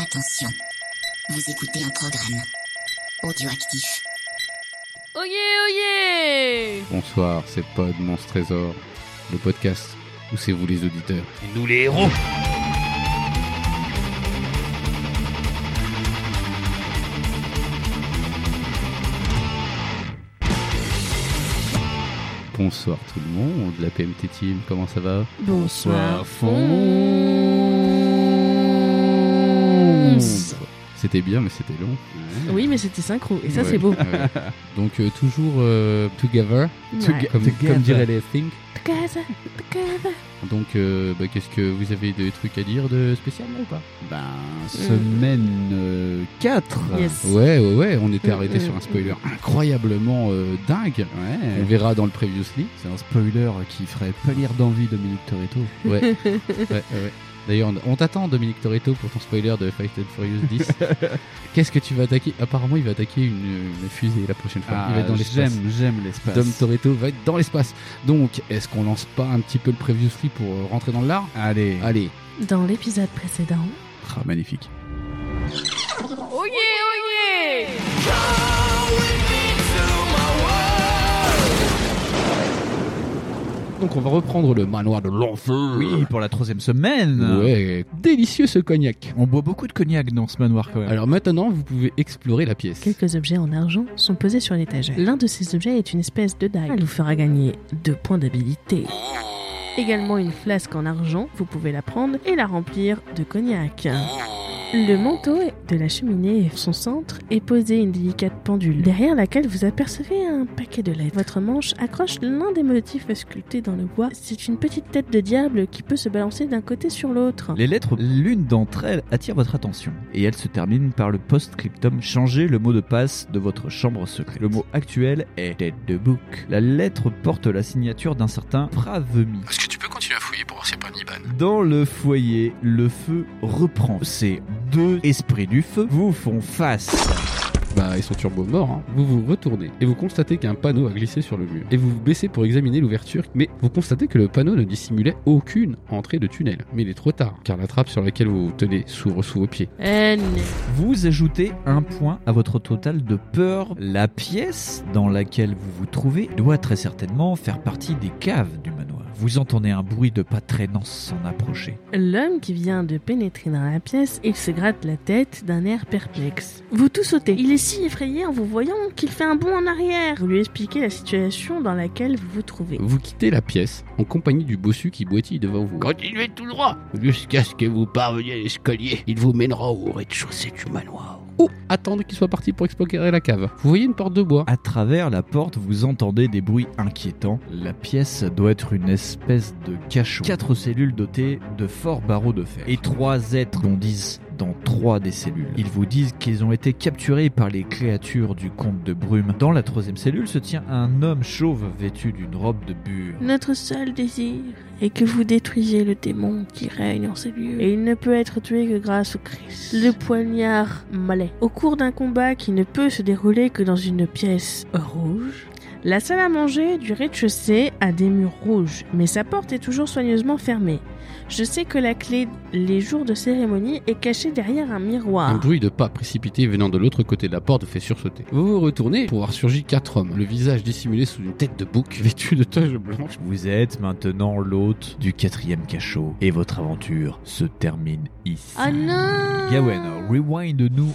Attention, vous écoutez un programme audioactif. Oyez, oyez Bonsoir, c'est Pod Monstre Trésor, le podcast où c'est vous les auditeurs. Et nous les héros Bonsoir tout le monde, la PMT Team, comment ça va Bonsoir, C'était bien, mais c'était long. Oui, mais c'était synchro, et ça Ouais, c'est beau. ouais. Donc euh, toujours euh, together, Ouais. comme, Together. comme diraient les Think. Together, together. Donc euh, bah, qu'est-ce que vous avez des trucs à dire de spécial là, ou pas Ben, semaine euh, 4 Euh. Yes. Ouais, ouais, ouais, on était Mm, arrêté mm, sur un spoiler incroyablement euh, dingue. On Ouais, verra dans le previously. c'est un spoiler qui ferait pâlir d'envie Dominique Toretto. Ouais, ouais, ouais, ouais. D'ailleurs, on- on t'attend, Dominique Toretto, pour ton spoiler de Fast and Furious 10. Qu'est-ce que tu vas attaquer Apparemment, il va attaquer une, une fusée la prochaine fois. il va être dans l'espace. Ah, j'aime, j'aime l'espace. Dom Toretto va être dans l'espace. Donc, est-ce qu'on lance pas un petit peu le previously pour euh, rentrer dans l'art Allez. Ah Allez. Dans l'épisode précédent. Ah, magnifique. Oyez, oyez Donc, on va reprendre le manoir de l'enfer. Oui, pour la troisième semaine Ouais, délicieux ce cognac. On boit beaucoup de cognac dans ce manoir quand même. Alors maintenant, vous pouvez explorer la pièce. Quelques objets en argent sont posés sur l'étagère. L'un de ces objets est une espèce de dague. Elle vous fera gagner deux points d'habilité. Également une flasque en argent, vous pouvez la prendre et la remplir de cognac. Le manteau de la cheminée et son centre est posé une délicate pendule, derrière laquelle vous apercevez un paquet de lettres. Votre manche accroche l'un des motifs sculptés dans le bois. C'est une petite tête de diable qui peut se balancer d'un côté sur l'autre. Les lettres, l'une d'entre elles attire votre attention et elle se termine par le post-scriptum changez le mot de passe de votre chambre secrète. Le mot actuel est tête de bouc. La lettre porte la signature d'un certain Pravemi. Est-ce que tu peux continuer à fouiller pour voir c'est pas Niban Dans le foyer, le feu reprend. Ces deux esprits du feu vous font face. Bah, ils sont turbo morts. hein. Vous vous retournez et vous constatez qu'un panneau a glissé sur le mur. Et vous vous baissez pour examiner l'ouverture, mais vous constatez que le panneau ne dissimulait aucune entrée de tunnel. Mais il est trop tard, car la trappe sur laquelle vous vous tenez s'ouvre sous vos pieds. N. Vous ajoutez un point à votre total de peur. La pièce dans laquelle vous vous trouvez doit très certainement faire partie des caves du manoir. Vous entendez un bruit de pas traînant s'en approcher. L'homme qui vient de pénétrer dans la pièce, il se gratte la tête d'un air perplexe. Vous tous sautez. Il est si effrayé en vous voyant qu'il fait un bond en arrière. Vous lui expliquez la situation dans laquelle vous vous trouvez. Vous quittez la pièce en compagnie du bossu qui boitille devant vous. Continuez tout droit jusqu'à ce que vous parveniez à l'escalier. Il vous mènera au rez-de-chaussée du manoir. Ou attendez qu'il soit parti pour explorer la cave. Vous voyez une porte de bois. À travers la porte, vous entendez des bruits inquiétants. La pièce doit être une espèce de cachot. Quatre cellules dotées de forts barreaux de fer. Et trois êtres bondissent dans trois des cellules. Ils vous disent qu'ils ont été capturés par les créatures du comte de Brume. Dans la troisième cellule se tient un homme chauve vêtu d'une robe de bure. Notre seul désir est que vous détruisiez le démon qui règne en ces lieux. Et il ne peut être tué que grâce au Christ, le poignard malais. Au cours d'un combat qui ne peut se dérouler que dans une pièce rouge, la salle à manger du rez-de-chaussée a des murs rouges, mais sa porte est toujours soigneusement fermée. Je sais que la clé les jours de cérémonie est cachée derrière un miroir. Un bruit de pas précipité venant de l'autre côté de la porte vous fait sursauter. Vous vous retournez pour voir surgir quatre hommes, le visage dissimulé sous une tête de bouc, vêtue de taches blanches. Vous êtes maintenant l'hôte du quatrième cachot. Et votre aventure se termine ici. Ah non Gawen, rewind-nous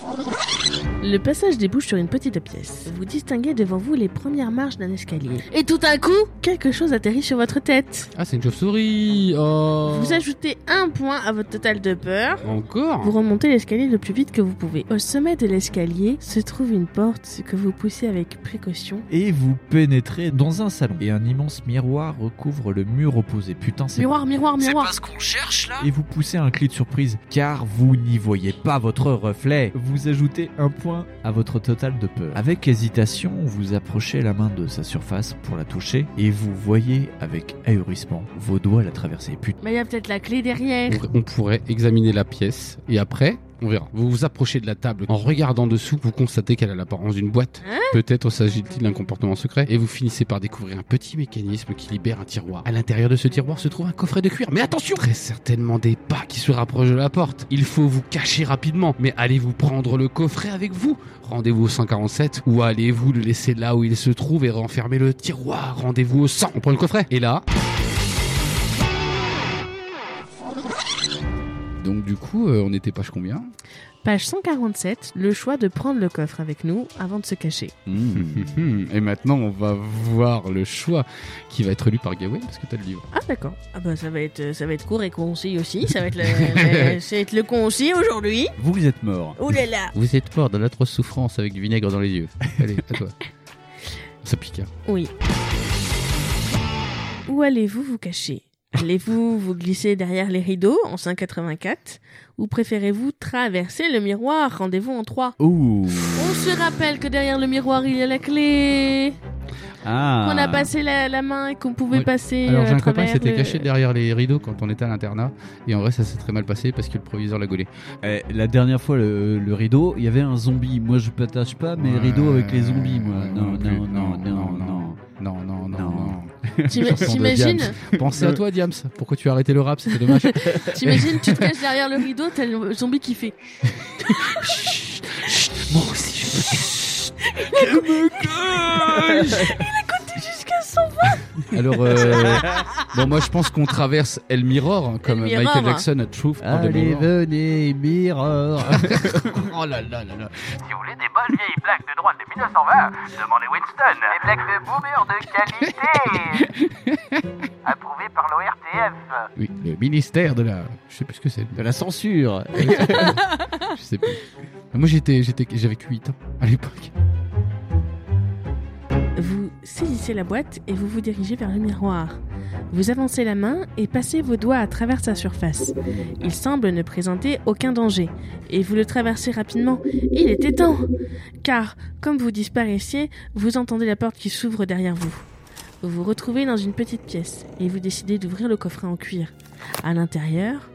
Le passage débouche sur une petite pièce. Vous distinguez devant vous les premières marches d'un escalier. Et tout d'un coup, quelque chose atterrit sur votre tête. Ah, c'est une chauve-souris Oh Vous ajoutez un point à votre total de peur. Encore Vous remontez l'escalier le plus vite que vous pouvez. Au sommet de l'escalier se trouve une porte que vous poussez avec précaution. et vous pénétrez dans un salon. Et un immense miroir recouvre le mur opposé. Putain, c'est... Miroir, miroir, miroir. ce qu'on cherche là Et vous poussez un cri de surprise, car vous n'y voyez pas votre reflet. Vous ajoutez un point à votre total de peur. Avec hésitation, vous approchez la main de sa surface pour la toucher, et vous voyez avec ahurissement vos doigts la traverser. Putain, Mais il y a peut-être la clé derrière. on, on pourrait examiner la pièce et après On verra. Vous vous approchez de la table. En regardant dessous, vous constatez qu'elle a l'apparence d'une boîte. Hein Peut-être s'agit-il d'un comportement secret. Et vous finissez par découvrir un petit mécanisme qui libère un tiroir. À l'intérieur de ce tiroir se trouve un coffret de cuir. Mais attention Très certainement des pas qui se rapprochent de la porte. Il faut vous cacher rapidement. Mais allez-vous prendre le coffret avec vous Rendez-vous au 147 ou allez-vous le laisser là où il se trouve et renfermer le tiroir Rendez-vous au 100. On prend le coffret. Et là, Donc du coup, euh, on était page combien Page 147, le choix de prendre le coffre avec nous avant de se cacher. Hmm, Mmh. Et maintenant, on va voir le choix qui va être lu par Gawain, parce que t'as le livre. Ah d'accord. Ah bah ça va être ça va être court et concis aussi. Ça va être le, le- ça va être le concis aujourd'hui. Vous êtes mort. Oh là là. Vous êtes mort dans l'atroce souffrance avec du vinaigre dans les yeux. Allez, à toi. Ça pique. hein. Oui. Où allez-vous vous cacher Allez-vous vous glisser derrière les rideaux en 584 ou préférez-vous traverser le miroir Rendez-vous en 3. Ouh. On se rappelle que derrière le miroir il y a la clé. Ah. Qu'on a passé la, la main et qu'on pouvait Oui. passer. Alors euh, j'ai à un copain qui travers s'était le- caché derrière les rideaux quand on était à l'internat, et en vrai ça s'est très mal passé parce que le proviseur l'a gaulé. Eh, la dernière fois, le, le rideau, il y avait un zombie. Moi, je patache pas mes Ouais, rideaux avec les zombies, moi. ouais, Non, non plus. non, non, Non, non, non, non. Non, non, non, Non. non. T'im- Chanson de T'imagines Diams. Pensez à toi Diams, pourquoi tu as arrêté le rap, c'était dommage. T'imagines, tu te caches derrière le rideau, t'as le zombie qui fait. Moi aussi je Jusqu'à 100 Alors, euh, bon, moi je pense qu'on traverse El Mirror, hein, comme El Mirror, Michael hein. Jackson, à Truth. en Allez, 2001. venez, mirror. oh là là là là. Si vous voulez des bonnes vieilles blagues de droite de 1920, demandez Winston. Des blagues de boomer de qualité. Approuvées par l'ORTF. Oui, le ministère de la. Je sais plus ce que c'est. De la censure. Je sais plus. Moi j'étais, j'étais, j'avais que 8 ans à l'époque. Vous saisissez la boîte et vous vous dirigez vers le miroir. Vous avancez la main et passez vos doigts à travers sa surface. Il semble ne présenter aucun danger et vous le traversez rapidement. Il était temps Car, comme vous disparaissiez, vous entendez la porte qui s'ouvre derrière vous. Vous vous retrouvez dans une petite pièce et vous décidez d'ouvrir le coffret en cuir. À l'intérieur,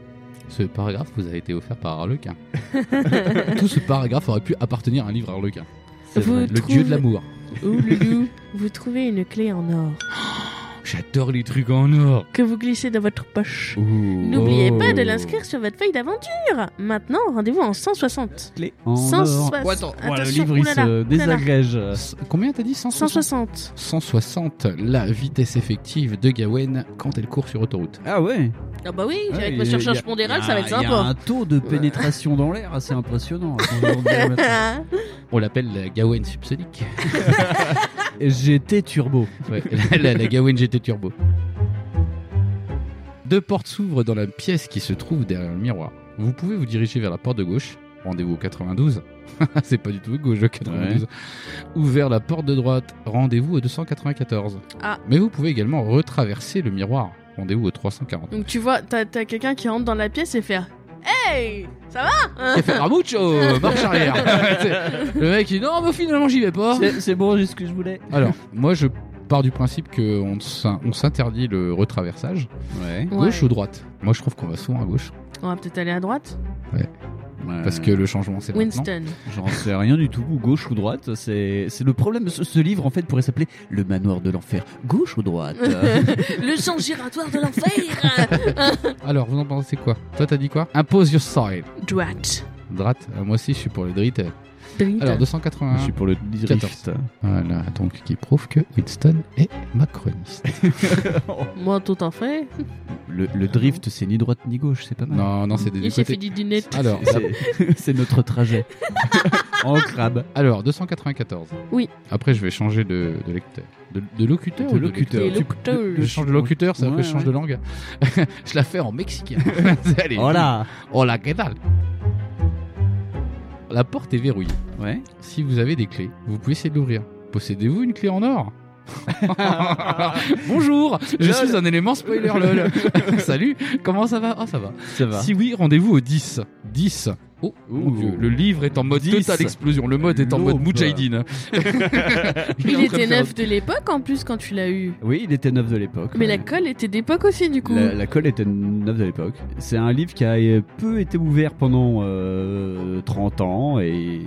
Ce paragraphe vous a été offert par Harlequin. Tout ce paragraphe aurait pu appartenir à un livre Harlequin. vous Le dieu de l'amour. Ouh, loulou. vous trouvez une clé en or J'adore les trucs en or. que vous glissez dans votre poche. N'oubliez N'oubliez pas Oh. de l'inscrire sur votre feuille d'aventure. Maintenant, rendez-vous en 160. Clé. 160. le Attention, livre, il oulala, se oulala. désagrège. Combien t'as dit 160 160. 160, la vitesse effective de Gawain quand elle court sur autoroute. Ah ouais Ah bah oui, Ouais, avec il ma y a- il y surcharge a- Ah, il pondérale, y a- ça va être Il y a sympa. un taux de pénétration dans l'air assez impressionnant. hein, à 160 kilomètres. On l'appelle la Gawain subsonique. J'étais turbo. Ouais, la, la- la Gawain GT Turbo. Deux portes s'ouvrent dans la pièce qui se trouve derrière le miroir. Vous pouvez vous diriger vers la porte de gauche, rendez-vous au 92. C'est pas du tout gauche au 92. Ou vers la porte de droite, rendez-vous au 294. Ah. Mais vous pouvez également retraverser le miroir, rendez-vous au 340. Donc tu vois, t'as t'as quelqu'un qui rentre dans la pièce et fait Hey Ça va Et faire un mucho, marche arrière. C'est- le mec il dit non, mais finalement j'y vais pas. Oh. C'est c'est bon, juste ce que je voulais. Alors, moi je pars du principe qu'on s'in- on s'interdit le retraversage. Ouais. Gauche Ouais. ou droite Moi je trouve qu'on va souvent à gauche. On va peut-être aller à droite Euh, Parce que le changement, c'est maintenant. Winston. J'en sais rien du tout, gauche ou droite, c'est c'est le problème. Ce, ce livre en fait pourrait s'appeler Le manoir de l'enfer, gauche ou droite Le sang giratoire de l'enfer Alors, vous en pensez quoi Toi, t'as dit quoi Impose your side. Droite. Droite. Euh, moi aussi, je suis pour les drites. Drite. Alors, Je 281. suis pour le drift. Voilà, donc qui prouve que Winston est macroniste. Moi, tout en fait. Le, le drift, c'est ni droite ni gauche, c'est pas mal. Non, non, c'est des Il deux s'est côtés. fait du dinette. Alors, la- C'est- C'est notre trajet en crabe. alors, 294. Oui. Après, je vais changer de, de lecteur. De, de locuteur De ou locuteur. Des lecteur je locuteurs. change de locuteur, ça veut Ouais, que je change ouais. de langue. je la fais en mexicain. Allez. Voilà. Hola, ¿qué tal La porte est verrouillée. Ouais. Si vous avez des clés, vous pouvez essayer de l'ouvrir. Possédez-vous une clé en or Bonjour, je Lol. suis un élément spoiler lol. Salut, comment ça va Ah ça va. Ça va. Si oui, rendez-vous au 10. 10. Oh mon Dieu, le livre est en mode Dix. totale explosion. Le mode est en mode L'aube. Mujahideen. est en Il train de était faire- neuf de l'époque en plus quand tu l'as eu. Oui, il était neuf de l'époque. Mais la Ouais. colle était d'époque aussi du coup. La, la colle était neuve de l'époque. C'est un livre qui a euh, peu été ouvert pendant euh, 30 ans et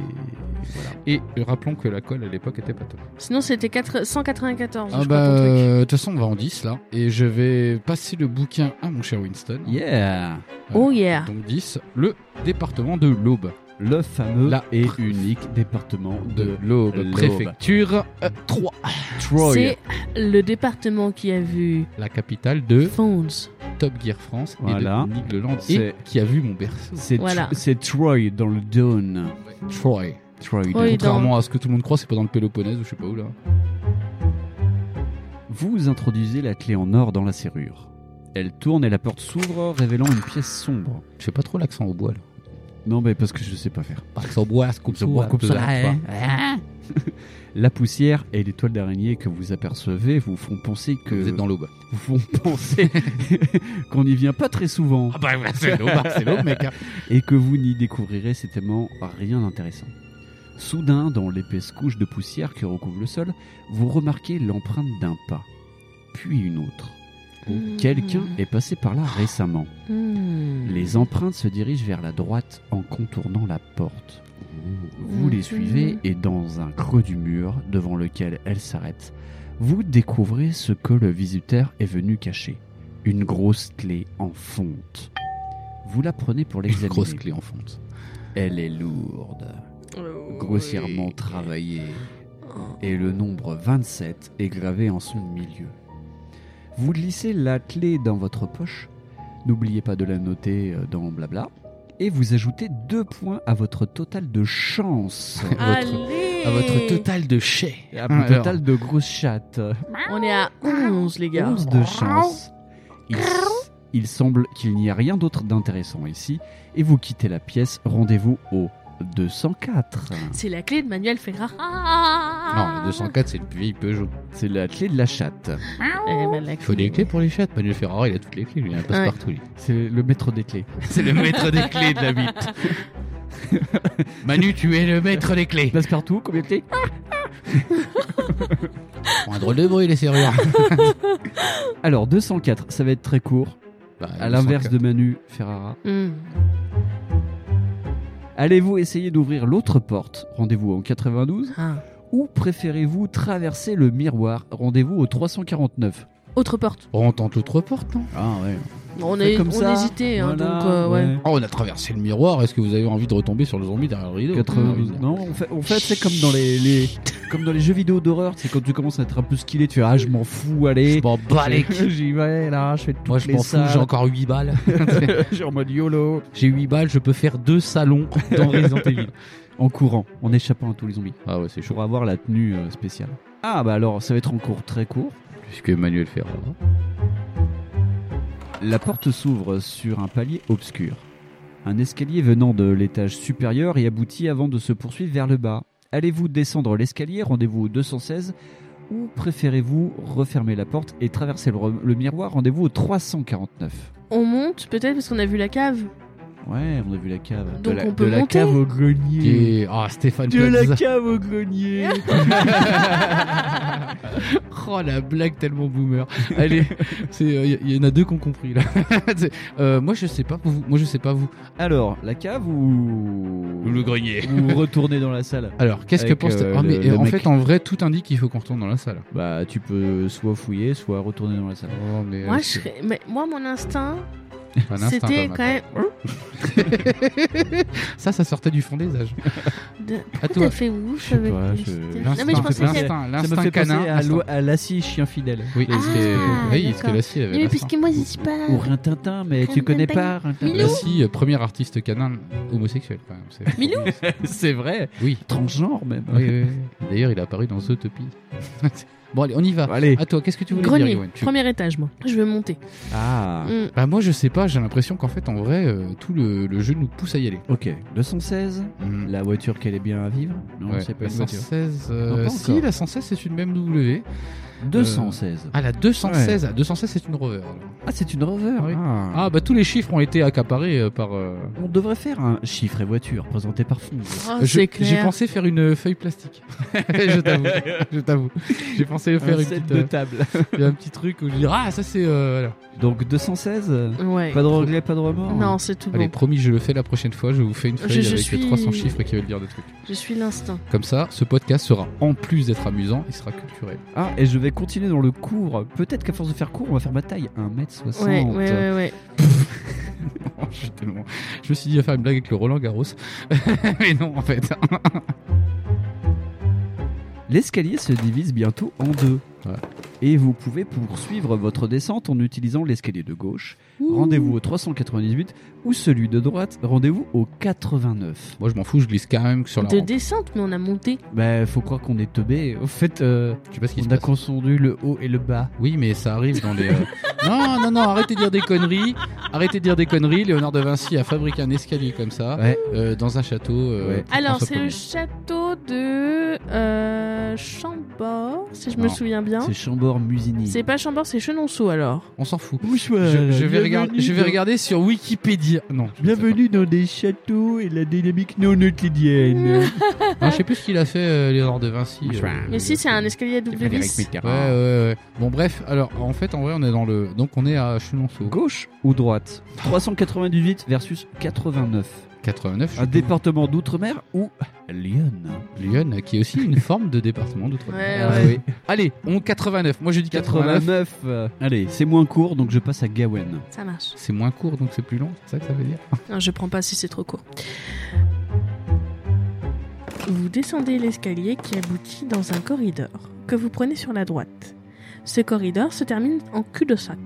voilà. Et euh, rappelons que la colle à l'époque était pas top. Sinon c'était 4 194. Ah je bah, crois, ton truc. euh, de toute façon, on va en 10 là. Et je vais passer le bouquin à mon cher Winston. Euh, Yeah Oh yeah. Donc 10, le département de l'Aube. Le fameux La et pr- unique département De de l'Aube, l'Aube. préfecture euh, 3. Troy. C'est le département qui a vu La capitale de Fonds. Top Gear France Voilà. et de Nigloland. Et C'est- qui a vu mon berceau. C'est Tr- Voilà. c'est Troy dans le Dawn. Troy. Troy. Troy. Oui, Contrairement à ce que tout le monde croit, c'est pas dans le Péloponnèse ou je sais pas où là. Vous introduisez la clé en or dans la serrure. Elle tourne et la porte s'ouvre, révélant une pièce sombre. Je fais pas trop l'accent au bois là. Non, mais parce que je sais pas faire. L'accent au bois, c'est comme ça. bois, coupe un peu ça, là, hein. tu ouais. vois. La poussière et les toiles d'araignée que vous apercevez vous font penser que Vous êtes dans l'Aube. vous font penser qu'on n'y vient pas très souvent Ah bah ouais, c'est l'Aube, c'est l'Aube mec. hein. et que vous n'y découvrirez certainement rien d'intéressant. Soudain, dans l'épaisse couche de poussière qui recouvre le sol, vous remarquez l'empreinte d'un pas, puis une autre. Mmh. Quelqu'un est passé par là récemment. Hmm. Les empreintes se dirigent vers la droite en contournant la porte. Vous les suivez et dans un creux du mur devant lequel elles s'arrêtent, vous découvrez ce que le visiteur est venu cacher. Une grosse clé en fonte. Vous la prenez pour Une grosse l'examiner. clé en fonte. Elle est lourde, grossièrement travaillée, et le nombre 27 est gravé en son milieu. Vous glissez la clé dans votre poche, n'oubliez pas de la noter euh, dans blabla, et vous ajoutez deux points à votre total de chance. Allez à votre total de chais. À mon total de grosses chattes. On est à 11 les gars. 11 de chance. Il, s- il semble qu'il n'y a rien d'autre d'intéressant ici, et vous quittez la pièce, rendez-vous au 204. C'est la clé de Manuel Ferrara. Non, le 204, c'est le vieil Peugeot. C'est la clé de la chatte. Eh ben, la Il faut des clés pour les chats. Manuel Ferrari, il a toutes les clés, lui, il a un passe-partout. lui. C'est le maître des clés. C'est le maître des clés de la bite. Manu, tu es le maître des clés. Passe partout, combien de clés Font un drôle de bruit, les serrures. Alors 204, ça va être très court, Bah, à l'inverse de Manu Ferrara. Hmm. Allez-vous essayer d'ouvrir l'autre porte, rendez-vous en 92, Ah. ou préférez-vous traverser le miroir, rendez-vous au 349 Autre porte. On tente l'autre porte, non Ah ouais. On, fait est, comme on ça. hésitait, hein, Voilà, donc euh, ouais. Oh, on a traversé le miroir. Est-ce que vous avez envie de retomber sur le zombie derrière le rideau 92. Non, on fait, on fait, c'est comme dans les, les- comme dans les jeux vidéo d'horreur, c'est quand tu commences à être un peu skillé, tu fais ah je m'en fous, Je allez. m'en bats les couilles. J'y vais là, je fais toutes Moi, je les m'en fous, j'ai salles. encore 8 balles. je suis en mode YOLO. j'ai 8 balles, je peux faire deux salons dans Resident Evil. En courant, en échappant à tous les zombies. Ah ouais, c'est chaud. Pour avoir la tenue euh, spéciale. Ah bah alors, ça va être en cours très court. Puisque Manuel Ferrara. La porte s'ouvre sur un palier obscur. Un escalier venant de l'étage supérieur et aboutit avant de se poursuivre vers le bas. Allez-vous descendre l'escalier, rendez-vous au 216, ou préférez-vous refermer la porte et traverser le, re- le miroir, rendez-vous au 349 On monte peut-être parce qu'on a vu la cave. Ouais, on a vu la cave. Donc de la, on peut de la monter. cave au grenier. Et... Ah, Stéphane De la Plaza. cave au grenier oh la blague tellement boomer. Allez, c'est il y, en a deux qu'on compris là. C'est, euh, moi je sais pas vous, moi je sais pas vous. Alors, la cave ou... grenier. ou retourner dans la salle Alors qu'est-ce que Avec, pense euh, Ah, le- mais le en mec. fait en vrai tout indique qu'il faut qu'on retourne dans la salle. Bah, tu peux soit fouiller, soit retourner dans la salle. Oh, mais, moi, euh, je c'est serais- mais moi, mon instinct, un instinct, c'était Thomas. quand même. ça ça sortait du fond des âges. De... À Pourquoi toi. t'as fait ouf sais avec pas, les- je- Non mais je L'instinct pensais fait qu'il y partie. avait- l'instinct, Ça l'instant m'a fait penser canin. à, l'instinct- l'o- à l'assis chien fidèle. Oui, Ah. parce que oui, parce Ah, d'accord. que la scie avait Mais l'instinct. parce que moi, je suis pas. Ou Rintintin, mais tu Rintintin. connais pas La Rintintin. Milou. scie, euh, premier artiste canin homosexuel quand même. c'est- Milou. C'est vrai, Oui. transgenre même. Oui, oui, oui. D'ailleurs, il est apparu dans Zootopie. bon, allez, on y va. Allez. À toi, qu'est-ce que tu voulais Grenier, dire, Yoann Tu- premier étage, moi. Je vais monter. Ah. Hmm. Bah moi je sais pas, j'ai l'impression qu'en fait en vrai euh, tout le, le jeu nous pousse à y aller. Ok, 216, Mm. la voiture qu'elle est bien à vivre. Non, Ouais, c'est pas la une voiture. 116, euh, Non, pas si encore. la 116 c'est une BMW. 216. Ah, la 216. La 216, c'est une rover. alors. Ah, c'est une rover. oui. Ah. Ah, bah tous les chiffres ont été accaparés euh, par. euh, On devrait faire un chiffre et voiture présenté par Fond. Oh, Je- J'ai c'est clair. pensé faire une euh, feuille plastique. je t'avoue. Je t'avoue. J'ai pensé faire une petite, euh, table. un petit truc où je dirais Ah, ça c'est. euh, voilà. Donc 216. euh, Ouais. Pas de regret, pas de remords. Non, c'est tout Allez, bon. promis, je le fais la prochaine fois. Je vous fais une feuille Je- je avec suis- 300 chiffres qui veulent dire des trucs. Je suis l'instinct. Comme ça, ce podcast sera, en plus d'être amusant, il sera culturel. Ah, et je vais continuer dans le cours. Peut-être qu'à force de faire court, on va faire ma taille. 1m60. Ouais, ouais, ouais, ouais. je, suis tellement- Oh, je me suis dit à faire une blague avec le Roland Garros. Mais non, en fait. L'escalier se divise bientôt en deux. Ouais. Et vous pouvez poursuivre votre descente en utilisant l'escalier de gauche. Rendez-vous au 398 ou celui de droite. Rendez-vous au 89. Moi, je m'en fous, je glisse quand même sur la De rampe. descente, mais on a monté. Bah, faut croire qu'on est teubé. Au fait, euh, Je sais pas ce qui se on a passe. confondu le haut et le bas. Oui, mais ça arrive dans les. euh, Non, non, non, arrêtez de dire des conneries. Arrêtez de dire des conneries. Léonard de Vinci a fabriqué un escalier comme ça Ouais. euh, dans un château. euh, Ouais. pour Alors, François c'est le Ier. château de euh, Chambord, si je me Non. souviens bien. C'est Chambord-Musigny. C'est pas Chambord, c'est Chenonceau alors. On s'en fout. Je, je vais regarder, je vais regarder sur Wikipédia. Non. je ne sais bah, Bienvenue dans des châteaux et la dynamique non euclidienne. pas. Ah, je sais plus ce qu'il a fait, euh, Léonard de Vinci. euh, Mais si, c'est un escalier à double vis. Ouais, ouais, ouais. Bon, bref, alors en fait, en vrai, on est dans le. Donc, on est à Chenonceau. Gauche ou droite 398 versus 89. 89. Un département d'outre-mer ou Lyon Lyon, qui est aussi une forme de département d'outre-mer. Ouais, Ah ouais. oui. Allez, on 89. Moi, je dis 89. 89. euh, Allez, c'est moins court, donc je passe à Gawen. Ça marche. C'est moins court, donc c'est plus long. C'est ça que ça veut dire. Non, je prends pas si c'est trop court. Vous descendez l'escalier qui aboutit dans un corridor que vous prenez sur la droite. Ce corridor se termine en cul-de-sac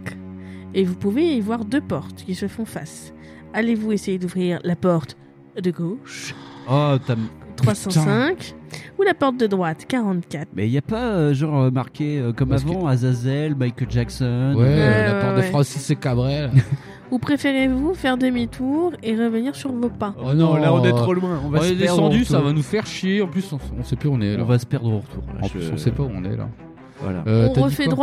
et vous pouvez y voir deux portes qui se font face. Allez-vous essayer d'ouvrir la porte de gauche Oh, t'as. 305 ou la porte de droite 44 Mais y a pas euh, genre euh, marqué euh, comme Parce que- avant Azazel, Michael Jackson. Ouais, euh, la ouais, porte de ouais. Francis Cabrel. Ou préférez-vous faire demi-tour et revenir sur vos pas Oh non, là on est trop loin. On va on se est perdre en descendu, retour. ça va nous faire chier. En plus, on, on sait plus où on est là. On va se perdre au retour. là, En je- plus, on sait pas où on est là. Voilà. Euh, On t'as dit refait quoi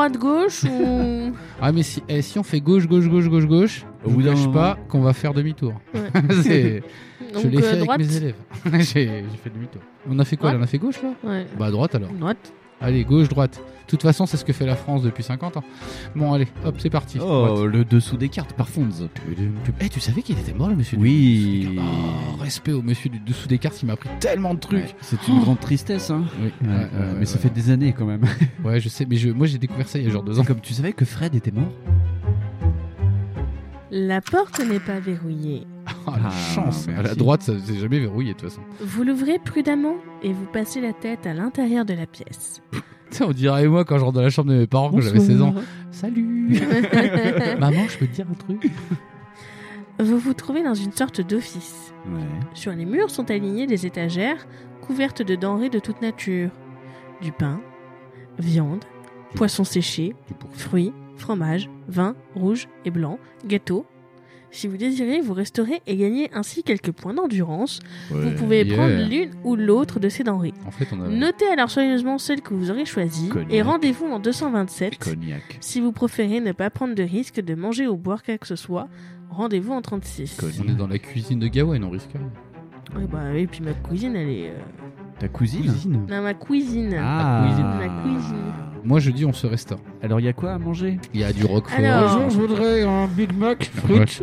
droite-gauche ou... Ah, mais si, eh, si on fait gauche, gauche, gauche, gauche, gauche, Au je bout vous d'un lâche moment- pas qu'on va faire demi-tour. Ouais. C'est- je Donc l'ai euh, fait droite avec mes élèves. J'ai j'ai fait demi-tour. On a fait quoi là On a fait gauche là Ouais. Bah, droite alors. Droite. Allez, gauche, droite. De toute façon, c'est ce que fait la France depuis 50 ans. Bon, allez, hop, c'est parti. Oh, le dessous des cartes par Fonz. Eh, tu savais qu'il était mort, le monsieur du Oui. dessous des cartes Oh, respect au monsieur du dessous des cartes, il m'a appris tellement de trucs. Ouais, C'est une grande tristesse, hein. Oui, Ouais, ouais, euh, ouais, mais ouais, ça fait des années quand même. ouais. Ouais, je sais, mais je, moi j'ai découvert ça il y a genre deux ans. Comme tu savais que Fred était mort La porte n'est pas verrouillée. Ah, la Ah, chance À la merci. droite, ça s'est jamais verrouillé de toute façon. Vous l'ouvrez prudemment et vous passez la tête à l'intérieur de la pièce. Tu sais, on dirait moi quand je rentre dans la chambre de mes parents quand j'avais 16 ans. Salut Maman, je peux te dire un truc vous vous trouvez dans une sorte d'office. Ouais. Sur les murs sont alignées des étagères couvertes de denrées de toute nature. Du pain, viande, poissons séchés, Du bourg. fruits, fromages, vins rouges et blancs, gâteaux. Si vous désirez, vous resterez et gagnez ainsi quelques points d'endurance. vous pouvez yeah. prendre l'une ou l'autre de ces denrées. En fait, on a. Notez alors soigneusement celle que vous aurez choisie Cognac. et rendez-vous en 227. Cognac. Si vous préférez ne pas prendre de risque de manger ou boire quoi que ce soit, rendez-vous en 36. Cognac. On est dans la cuisine de Gawain, on risque rien. Ouais, bah, oui, puis ma cuisine, elle est. euh, Ta cousine Cuisine Non, ma cuisine. Ah. La cuisine. Moi je dis, on se restaure. Alors, il y a quoi à manger Il y a du roquefort. Alors- Bonjour, je voudrais un Big Mac fruit.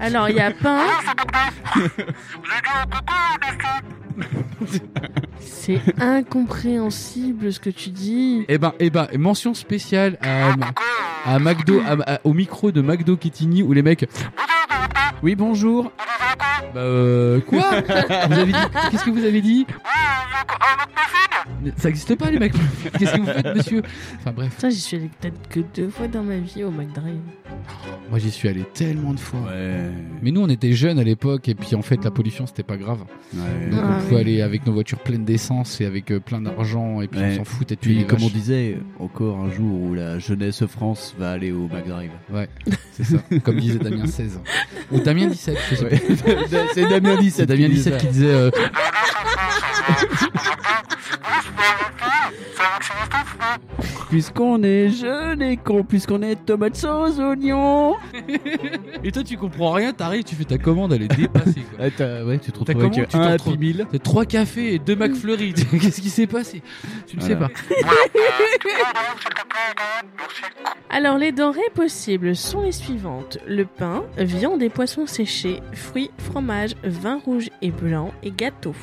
Alors, il y a pain. C'est incompréhensible ce que tu dis. Eh ben, eh ben, mention spéciale à, à McDo, à- à- au micro de McDo Kitini où les mecs. Oui, bonjour. Bah, euh, quoi Vous avez dit Qu'est-ce que vous avez dit Ça existe pas les mecs. Qu'est-ce que vous faites, monsieur Enfin bref, Ça, j'y suis allée peut-être que deux fois dans ma vie au McDrive. moi j'y suis allé tellement de fois. Ouais. Mais nous on était jeunes à l'époque et puis en fait la pollution c'était pas grave. Ouais. Donc Ah, on pouvait oui. aller avec nos voitures pleines d'essence et avec euh, plein d'argent et puis Ouais. on s'en fout et tuer les Puis, comme on vaches. disait, encore un jour où la jeunesse France va aller au McDrive. C'est ça. Comme disait Damien 16. Ou Damien 17, je sais pas. C'est Damien 17. C'est Damien 17 qui disait. euh, Puisqu'on est jeune et con, puisqu'on est tomate sauce, oignon. Et toi, tu comprends rien, t'arrives, tu fais ta commande, elle est dépassée. quoi. Ah, ouais, tu te T'as retrouves comment tu avec t'en un retrouves Happy Meal. T'as trois cafés et deux McFlurry. Qu'est-ce qui s'est passé Tu ne sais pas. Voilà. Alors, les denrées possibles sont les suivantes le pain, viande et poissons séchés, fruits, fromage, vin rouge et blanc et gâteaux.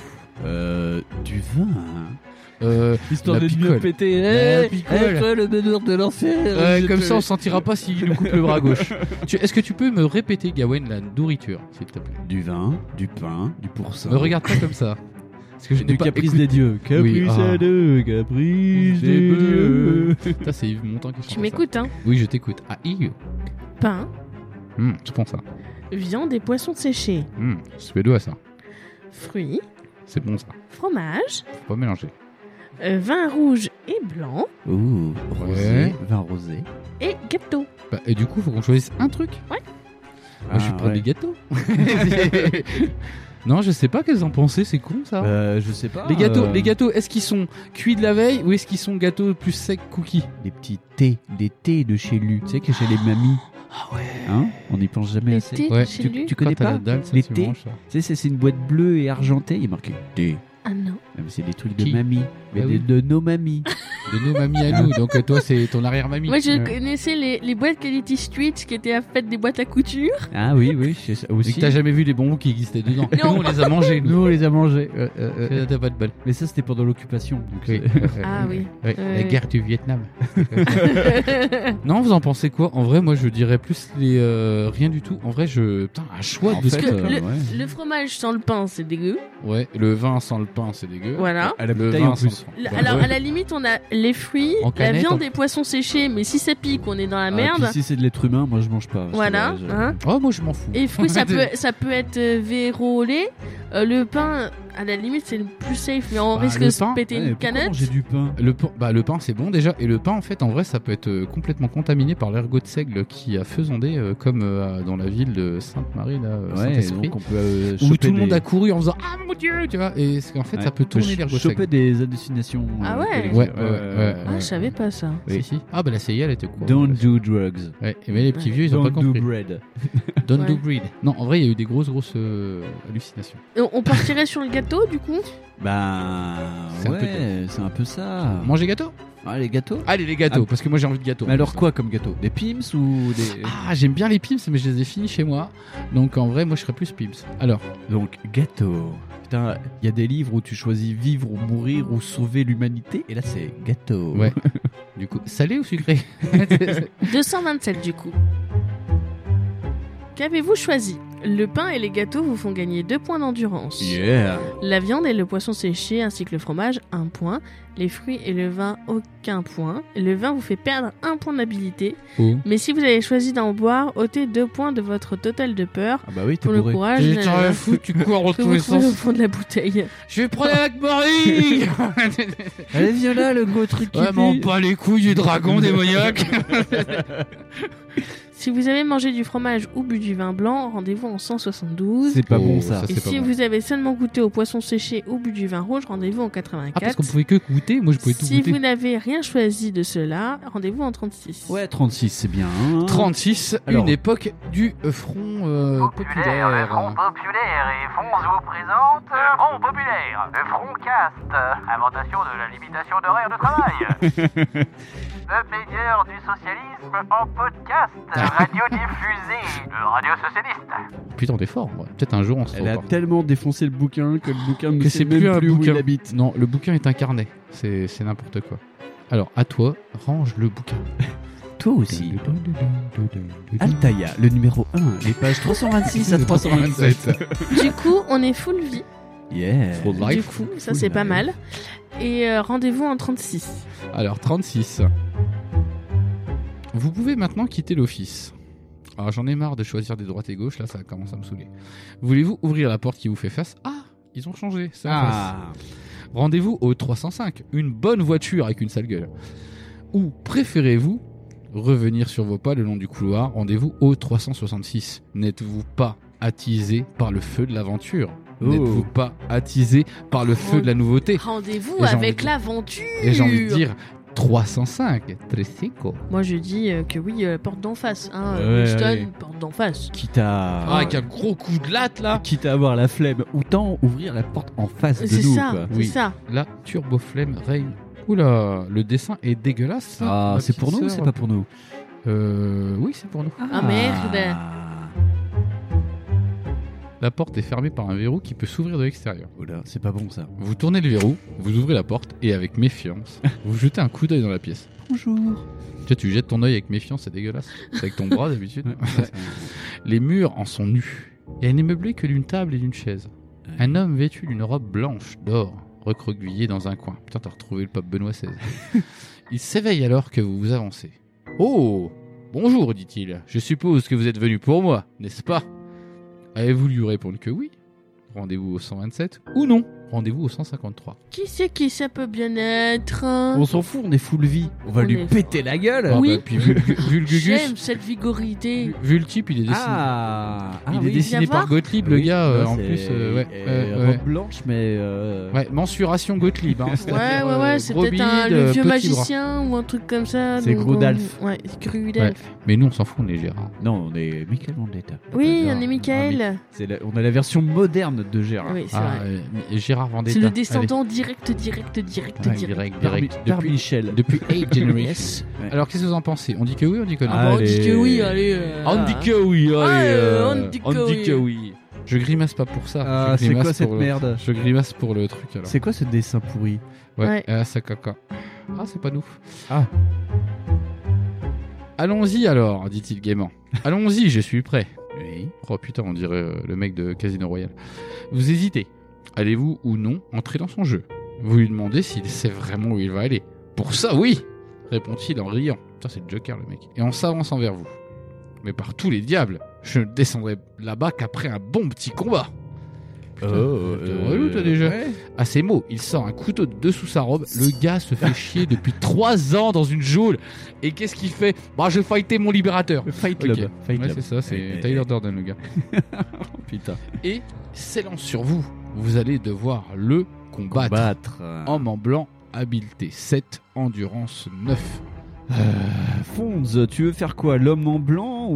Euh, du vin. Euh, Histoire La de picole. mieux péter. La Eh, picole. eh, toi, le bonheur de l'enfer. euh, je comme te ça, on laisse. sentira pas s'il nous coupe le bras gauche. Tu- Est-ce que tu peux me répéter, Gawain, la nourriture, s'il te plaît Du vin, du pain, du pourcent. Me regarde pas comme ça. Parce que je n'ai Euh, Du pas caprice écouté- des dieux. Caprice Oui, ah. à deux, caprice Des des dieux. dieux. Putain, c'est Yves Montand qui chante Tu ça. m'écoutes, hein Oui, je t'écoute. Ah, Yves Pain, Hmm, Je pense ça. viande et poissons séchés, Hmm, Suédois, ça. fruits, C'est bon, ça. fromage, Faut pas mélanger. euh, vin rouge et blanc Ouh, Ouais. rosé, vin rosé. et gâteaux. Bah, et du coup, faut qu'on choisisse un truc. Moi, Ah, je suis pour des gâteaux. non, je sais pas qu'elles en pensaient, c'est con ça. Euh, je sais pas. les gâteaux, euh, les gâteaux, est-ce qu'ils sont cuits de la veille ou est-ce qu'ils sont gâteaux plus secs cookies Les petits thés, les thés de chez Lu. Tu sais que chez les mamies. Ah ouais. Hein On n'y pense jamais Les assez. thés Ouais, chez Tu, lui tu connais pas Les thés Tu sais, c'est- c'est une boîte bleue et argentée. Il est marqué thé. Ah non. Ah, mais C'est des trucs de Qui mamie. Mais Ah des- oui. de nos mamies. De nos mamies à nous. Donc euh, toi, c'est ton arrière-mamie. Moi, je Ouais. connaissais les, les boîtes Quality Street qui étaient à fait des boîtes à couture. ah oui, oui, c'est ça Et aussi. que t'as jamais vu les bonbons qui existaient dedans. Nous, on les a mangés. Nous, Nous. on les a mangés. Euh, euh, euh, Euh, T'as pas de bol. Mais ça, c'était pendant l'occupation. donc Oui. c'est- Ah oui. Ouais, La Ouais. guerre du Vietnam. Non, vous en pensez quoi En vrai, moi, je dirais plus les euh, rien du tout. En vrai, je putain un choix En de fait, ce que- euh, le, ouais. le fromage sans le pain, c'est dégueu. Ouais, le vin sans le pain, c'est dégueu. Euh, Voilà. À le la bouteille, vin en sans le plus. pain. Le- Bah, alors, ouais. à la limite, on a les fruits, En la canette, viande en- et poissons séchés, mais si ça pique, on est dans la Ah, merde. puis si c'est de l'être humain, moi, je mange pas. voilà. C'est vrai, je- hein. Oh, moi, je m'en fous. Et fruits, ça peut, ça peut être euh, vérolé. Euh, le pain, à la limite, c'est le plus safe, mais on Bah, risque le de pain, se péter Ouais, une pourquoi canette. manger du pain. Le, pain- bah, le pain, c'est bon déjà. Et le pain, en fait, en vrai, ça peut être euh, complètement contaminé par l'ergot de seigle qui a faisandé, euh, comme euh, à- dans la ville de Sainte-Marie, là, euh, Ouais, Saint-Esprit, donc on peut euh, où choper tout le des- monde a couru en faisant Ah mon dieu, tu vois. Et c'est qu'en fait, Ouais, ça peut on peut tourner ch- l'ergot de Choper seigle. des hallucinations. euh, Ah ouais. collectives. Ouais, ouais, ouais, Ah, je savais pas ça. Si, si. Ah, bah la CIA, elle était cool. Don't do drugs. Ouais, mais les petits vieux, ils ont Don't pas do compris. bread. Don't do Ouais. breed. Non, en vrai, il y a eu des grosses, grosses euh, hallucinations. Et on- on partirait sur le gâteau, du coup Bah C'est un peu ouais, c'est un peu ça. Manger gâteau Ah les gâteaux. Allez, les gâteaux, Ah. parce que moi, j'ai envie de gâteau. Mais alors quoi comme gâteau Des pims ou des Ah, j'aime bien les pims, mais je les ai finis chez moi. Donc en vrai, moi, je serais plus pims. Alors, donc gâteau. Putain, il y a des livres où tu choisis vivre ou mourir ou sauver l'humanité et là c'est gâteau. ouais. du coup, salé ou sucré 227 du coup. Qu'avez-vous choisi Le pain et les gâteaux vous font gagner 2 points d'endurance. Yeah. La viande et le poisson séché ainsi que le fromage, 1 point. Les fruits et le vin, aucun point. Le vin vous fait perdre 1 point d'habilité. Oh. Mais si vous avez choisi d'en boire, ôtez 2 points de votre total de peur. Ah bah oui, t'es Pour le bourré. courage, euh, tu cours dans que vous trouvez au fond de la bouteille. Je vais prendre avec Marie Allez viens là le gros truc qui Ouais, m'en pue. pas les couilles du dragon démoniaque Si vous avez mangé du fromage ou bu du vin blanc, rendez-vous en 172. C'est pas Oh, bon ça, ça. c'est- Et pas si bon. vous avez seulement goûté au poisson séché ou bu du vin rouge, rendez-vous en 84. Ah, parce qu'on pouvait que goûter, moi je pouvais tout Si goûter. vous n'avez rien choisi de cela, rendez-vous en 36. Ouais, 36 c'est bien. hein. 36, Alors. une époque du euh, front euh, Populaire, le Front populaire. Populaire et Fonz vous présente le Front Populaire, le Front Cast, inventation de la limitation d'horaire de travail, le meilleur du socialisme en podcast, radio diffusée, le radio socialiste. Putain, on est fort, ouais. peut-être un jour on se Elle a reparle. tellement défoncé le bouquin que le bouquin ne Que sait même plus où il habite. Non, le bouquin est un carnet. C'est c'est n'importe quoi. Alors, à toi, range le bouquin. Toi aussi. Altaïa, le numéro 1, les pages 326 à 327. Du coup, on est full vie. Yeah. Full Du life. coup, ça c'est pas mal. Et euh, rendez-vous en 36. Alors, 36. Vous pouvez maintenant quitter l'office. Alors, j'en ai marre de choisir des droites et gauches, là, ça commence à me saouler. Voulez-vous ouvrir la porte qui vous fait face Ah ils ont changé, ça Ah. passe. Rendez-vous au 305, une bonne voiture avec une sale gueule. Ou préférez-vous revenir sur vos pas le long du couloir Rendez-vous au 366. N'êtes-vous pas attisé par le feu de l'aventure N'êtes-vous pas attisé par le feu de la nouveauté Rendez-vous Et j'ai envie avec de- l'aventure. Et j'ai envie de dire, 305, Tresico. Moi, je dis euh, que oui, euh, porte d'en face. Hein, Ouais, euh, Houston, allez. porte d'en face. Quitte à. Ah, avec un gros coup de latte Ah. là Quitte à avoir la flemme, autant ouvrir la porte en face de C'est nous. ça, quoi. c'est Oui. ça. Là, Turbo Flame règne. Oula, le dessin est dégueulasse. ça, Ah, ma c'est petite pour nous ou sœur. c'est pas pour nous Euh, oui, c'est pour nous. Ah, merde. La porte est fermée par un verrou qui peut s'ouvrir de l'extérieur. Oula, Oh c'est pas bon ça. Vous tournez le verrou, vous ouvrez la porte et avec méfiance, vous jetez un coup d'œil dans la pièce. Bonjour. Tu, sais, tu jettes ton œil avec méfiance, c'est dégueulasse. C'est avec ton bras d'habitude. Les murs en sont nus. Et elle n'est meublée que d'une table et d'une chaise. Un homme vêtu d'une robe blanche d'or, recroquevillé dans un coin. Putain, t'as retrouvé le pape Benoît XVI. il s'éveille alors que vous vous avancez. Oh Bonjour, dit-il. Je suppose que vous êtes venu pour moi, n'est-ce pas Avez-vous lui répondre que oui Rendez-vous au 127 ou non Rendez-vous au 153. Qui c'est qui ça peut bien être hein On s'en fout, on est full vie. On va On lui est- péter la gueule. Oui. Ah bah, puis vu, vu- vu le J'aime Gugus, cette vu, vigorité. vu le type, il est dessiné. Ah, ah il est oui. dessiné Viens par voir. Gottlieb, le Oui, gars, euh, là, en c'est- plus. euh, ouais, euh, ouais, ouais. robe blanche, mais. euh, Ouais, mensuration Gottlieb. Hein, Ouais, c'est-à-dire, ouais, euh, ouais, c'est gros peut-être un bide, le euh, vieux petit bras. magicien ou un truc comme ça. C'est donc Grudalf. on- Ouais, c'est Grudalf. Mais nous, on s'en fout, on est Gérard. Non, on est Michael Vendetta. Oui, Genre, on est Michael. C'est la- On a la version moderne de Gérard. Oui, c'est Ah, vrai. euh, Gérard Vendetta. C'est le descendant direct, direct, direct, Allez. Ouais, direct. direct, Par, direct. par Depuis, Michel. depuis 8 Yes. Generations. Ouais. Alors, qu'est-ce que vous en pensez On dit que oui, on dit que non Ah, bah, on dit Allez. que oui, allez. euh, On dit que oui, allez. Ah, euh, euh, on dit que oui. oui. Je grimace pas pour ça. Ah, je c'est grimace quoi cette pour le- merde Je grimace pour le truc alors. C'est quoi ce dessin pourri Ouais, Ouais. ah, ça caca. Ah, c'est pas nous. Ah. Allons-y alors, dit-il gaiement. Allons-y, je suis prêt. Oui. Oh putain, on dirait euh, le mec de Casino Royale. Vous hésitez. Allez-vous ou non entrer dans son jeu Vous lui demandez s'il sait vraiment où il va aller. Pour ça, oui répond-il en riant. Putain, c'est le Joker, le mec. Et en s'avançant vers vous. Mais par tous les diables, je ne descendrai là-bas qu'après un bon petit combat. Oh, Oh, Putain, t'es relou, toi, déjà. À ces mots, il sort un couteau de dessous sa robe. Le gars se fait chier depuis trois ans dans une geôle. Et qu'est-ce qu'il fait Bah, je fightais mon libérateur. Fight Ok. Club. Fight Ouais, Club. c'est ça, Eh, c'est eh, Tyler Durden, le gars. eh, Putain. et s'élance sur vous. Vous allez devoir le combattre. Battre. Homme en blanc, habileté 7, endurance 9. Fonz, tu veux faire quoi L'homme en blanc ou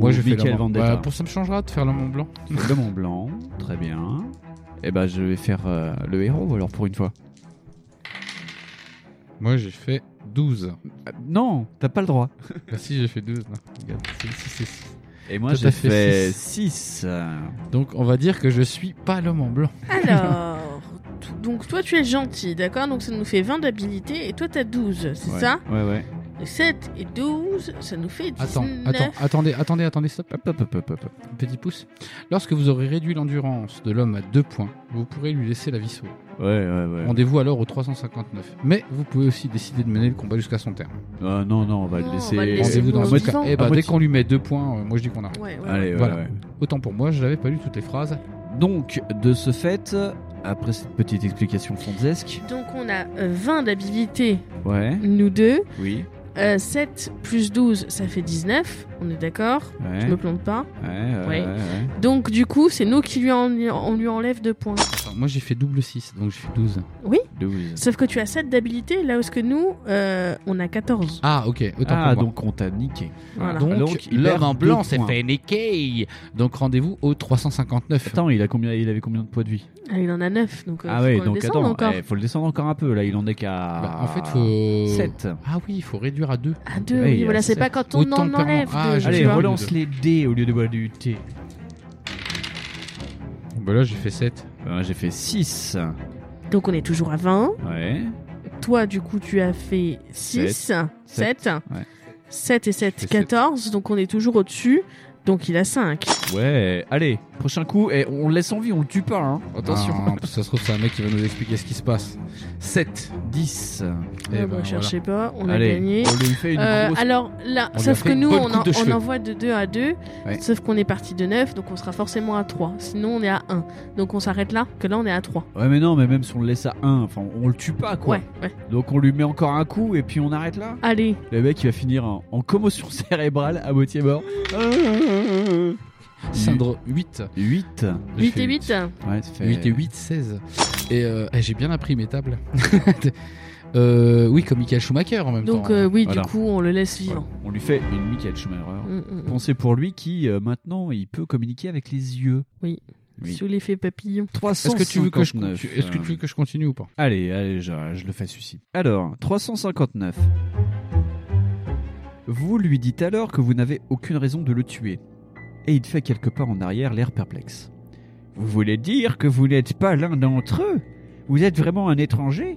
Moi je fais Michael l'homme en blanc. Vendetta Bah, pour ça me changera de faire l'homme en blanc. L'homme en blanc, très bien. Eh ben je vais faire euh, le héros alors pour une fois. Moi j'ai fait 12. Euh, non, t'as pas le droit. Ah, si j'ai fait 12. non. Regarde, c'est- c'est- c'est- c'est- Et moi Toi, j'ai t'as fait fait 6. Donc on va dire que je suis pas l'homme en blanc. Alors, t- donc toi tu es gentil, d'accord Donc ça nous fait 20 d'habilité et toi t'as 12, c'est ça Ouais ouais. 7 et 12, ça nous fait 19. Attends, attends, attendez, attendez, attendez, stop. Hop hop hop hop hop. Petit pouce. Lorsque vous aurez réduit l'endurance de l'homme à 2 points, vous pourrez lui laisser la vie sauve. Ouais ouais ouais. Rendez-vous alors au 359. Mais vous pouvez aussi décider de mener le combat jusqu'à son terme. Ah, non non, on va le Non, on va le laisser. laisser Rendez-vous dans la mourir À mode- moitié- mosquée. vivant. Eh bah, À dès moitié- qu'on lui met deux points, euh, moi je dis qu'on arrête. Ouais, ouais. Allez, ouais, Voilà. ouais. Autant pour moi, je n'avais pas lu toutes les phrases. Donc de ce fait, après cette petite explication fonzesque, Donc on a euh, 20 d'habilité, ouais, nous deux. oui, Euh, 7 plus 12, ça fait 19, on est d'accord Je ouais, me plante pas. ouais, ouais, Ouais. ouais, ouais. Donc du coup, c'est nous qui lui en, on lui enlève 2 points. Attends, moi j'ai fait double 6, donc j'ai fait 12. 12. Sauf que tu as 7 d'habilité, là où est-ce que nous, euh, on a 14. Ah, ok, autant pour moi. Ah donc on t'a niqué. Voilà. Donc, Donc, il l'homme perd en blanc deux s'est points. fait niquer. Donc rendez-vous au 359. Attends, il a combien il avait combien de points de vie Ah, il en a 9, donc euh, Ah faut ouais, qu'on le donc descende attends, encore. eh, faut le descendre encore un peu. Là, il en est qu'à. Bah, en fait, faut. 7. Ah oui, il faut réduire à 2. À 2, Ouais, il y Ah, oui, a voilà, c'est sept. pas quand on Autant en par an. enlève Ah, deux, je tu Allez, vois. relance les dés au lieu de boire du thé. Bah là, j'ai fait 7. Euh, J'ai fait 6. Donc on est toujours à 20. Ouais. Toi, du coup, tu as fait 6, 7, Sept. 7, Ouais. et 7, sept. Eh 14. Donc on est toujours au-dessus. Donc il a Ah, 5. Ouais. Allez, prochain coup. Et on le laisse en vie, on le tue pas. Hein. Attention. Ah, ça se trouve, c'est un mec qui va nous expliquer ce qui se passe. 7. 10. Eh ne ben, cherchez pas, on a Allez, gagné. on lui fait une Euh, grosse. alors là, On lui a sauf fait que une nous, bonne on, coupe en- de on cheveux. envoie de 2 à 2, Ouais. sauf qu'on est parti de 9, donc on sera forcément à 3. Sinon, on est à 1. Donc on s'arrête là, que là, on est à 3. Ouais, mais non, mais même si on le laisse à 1, enfin, on le tue pas, quoi. Ouais, ouais. Donc on lui met encore un coup et puis on arrête là. Allez, Le mec, il va finir en, en commotion cérébrale à moitié mort. Cindre 8. 8. 8 et 8. Ouais, ça fait. 8 et 8, 16. Et euh, eh, j'ai bien appris mes tables. Euh, oui, comme Michael Schumacher en même Donc temps. hein. euh, oui, Voilà. du coup, on le laisse vivant. On lui fait une Michael Schumacher. Mm, mm, mm. Pensez pour lui qui, euh, maintenant, il peut communiquer avec les yeux. oui. Sous l'effet papillon. Est-ce 359. que tu veux que je continue- est-ce que tu veux euh, que je continue ou pas Allez, allez, je, je le fais celui-ci. Alors, 359. Vous lui dites alors que vous n'avez aucune raison de le tuer. Et il fait quelque part en arrière, l'air perplexe. Vous voulez dire que vous n'êtes pas l'un d'entre eux Vous êtes vraiment un étranger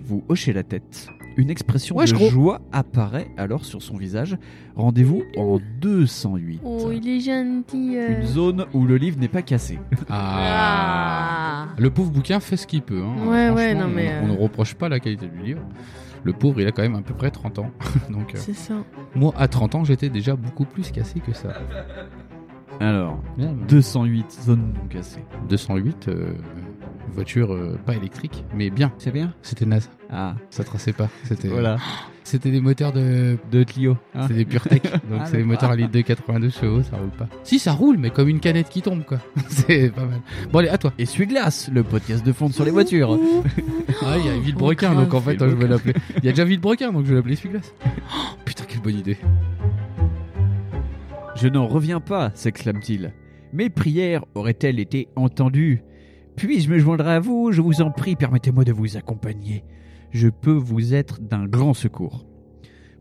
Vous hochez la tête. Une expression Ouais, de je crois. joie apparaît alors sur son visage. Rendez-vous en 208. Oh, il est gentil. euh. Une zone où le livre n'est pas cassé. Ah. Le pauvre bouquin fait ce qu'il peut. hein. Ouais, Franchement, ouais, non, on- mais, euh, On ne reproche pas la qualité du livre. Le pauvre, il a quand même à peu près 30 ans. Donc, euh, C'est ça. moi, à 30 ans, j'étais déjà beaucoup plus cassé que ça. Alors, Merde. 208, zone non cassée. 208, euh, voiture euh, pas électrique, mais bien. C'est bien C'était naze. Ah, Ça traçait pas. C'était voilà. c'était des moteurs de. De Clio. hein. C'était des PureTech. Donc, Ah, c'est des d'accord. moteurs à litre de 82 chevaux, ça roule pas. Si, ça roule, mais comme une canette qui tombe, quoi. c'est pas mal. Bon, allez, à toi. Et Glace, le podcast de fond sur les voitures. Ah, il y a Villebrequin, grave. donc en fait, hein, je vais l'appeler. Il y a déjà Villebrequin, donc je vais l'appeler Suglace. Oh, putain, quelle bonne idée. Je n'en reviens pas, s'exclame-t-il. Mes prières auraient-elles été entendues Puis-je me joindrai à vous Je vous en prie, permettez-moi de vous accompagner. Je peux vous être d'un grand secours.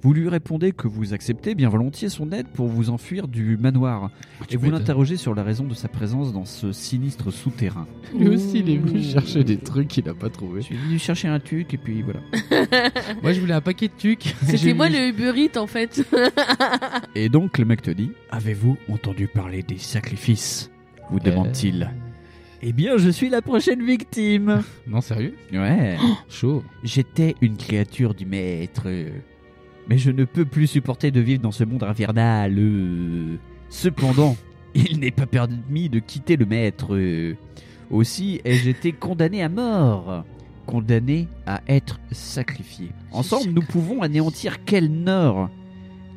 Vous lui répondez que vous acceptez bien volontiers son aide pour vous enfuir du manoir Oh, et vous l'interrogez sur la raison de sa présence dans ce sinistre souterrain. Lui aussi, il est Hmm. venu chercher des trucs qu'il a pas trouvé. Je suis venu chercher un truc et puis voilà. Moi, je voulais un paquet de tucs. C'était J'ai moi eu- le Uber Eats, en fait. Et donc le mec te dit Avez-vous entendu parler des sacrifices vous demande-t-il. Euh. Eh bien, je suis la prochaine victime. Non, sérieux Ouais. Chaud. J'étais une créature du maître. Mais je ne peux plus supporter de vivre dans ce monde infernal. euh. Cependant, il n'est pas permis de quitter le maître. euh. Aussi ai-je été condamné à mort. Condamné à être sacrifié. Ensemble, nous pouvons anéantir Kelnor.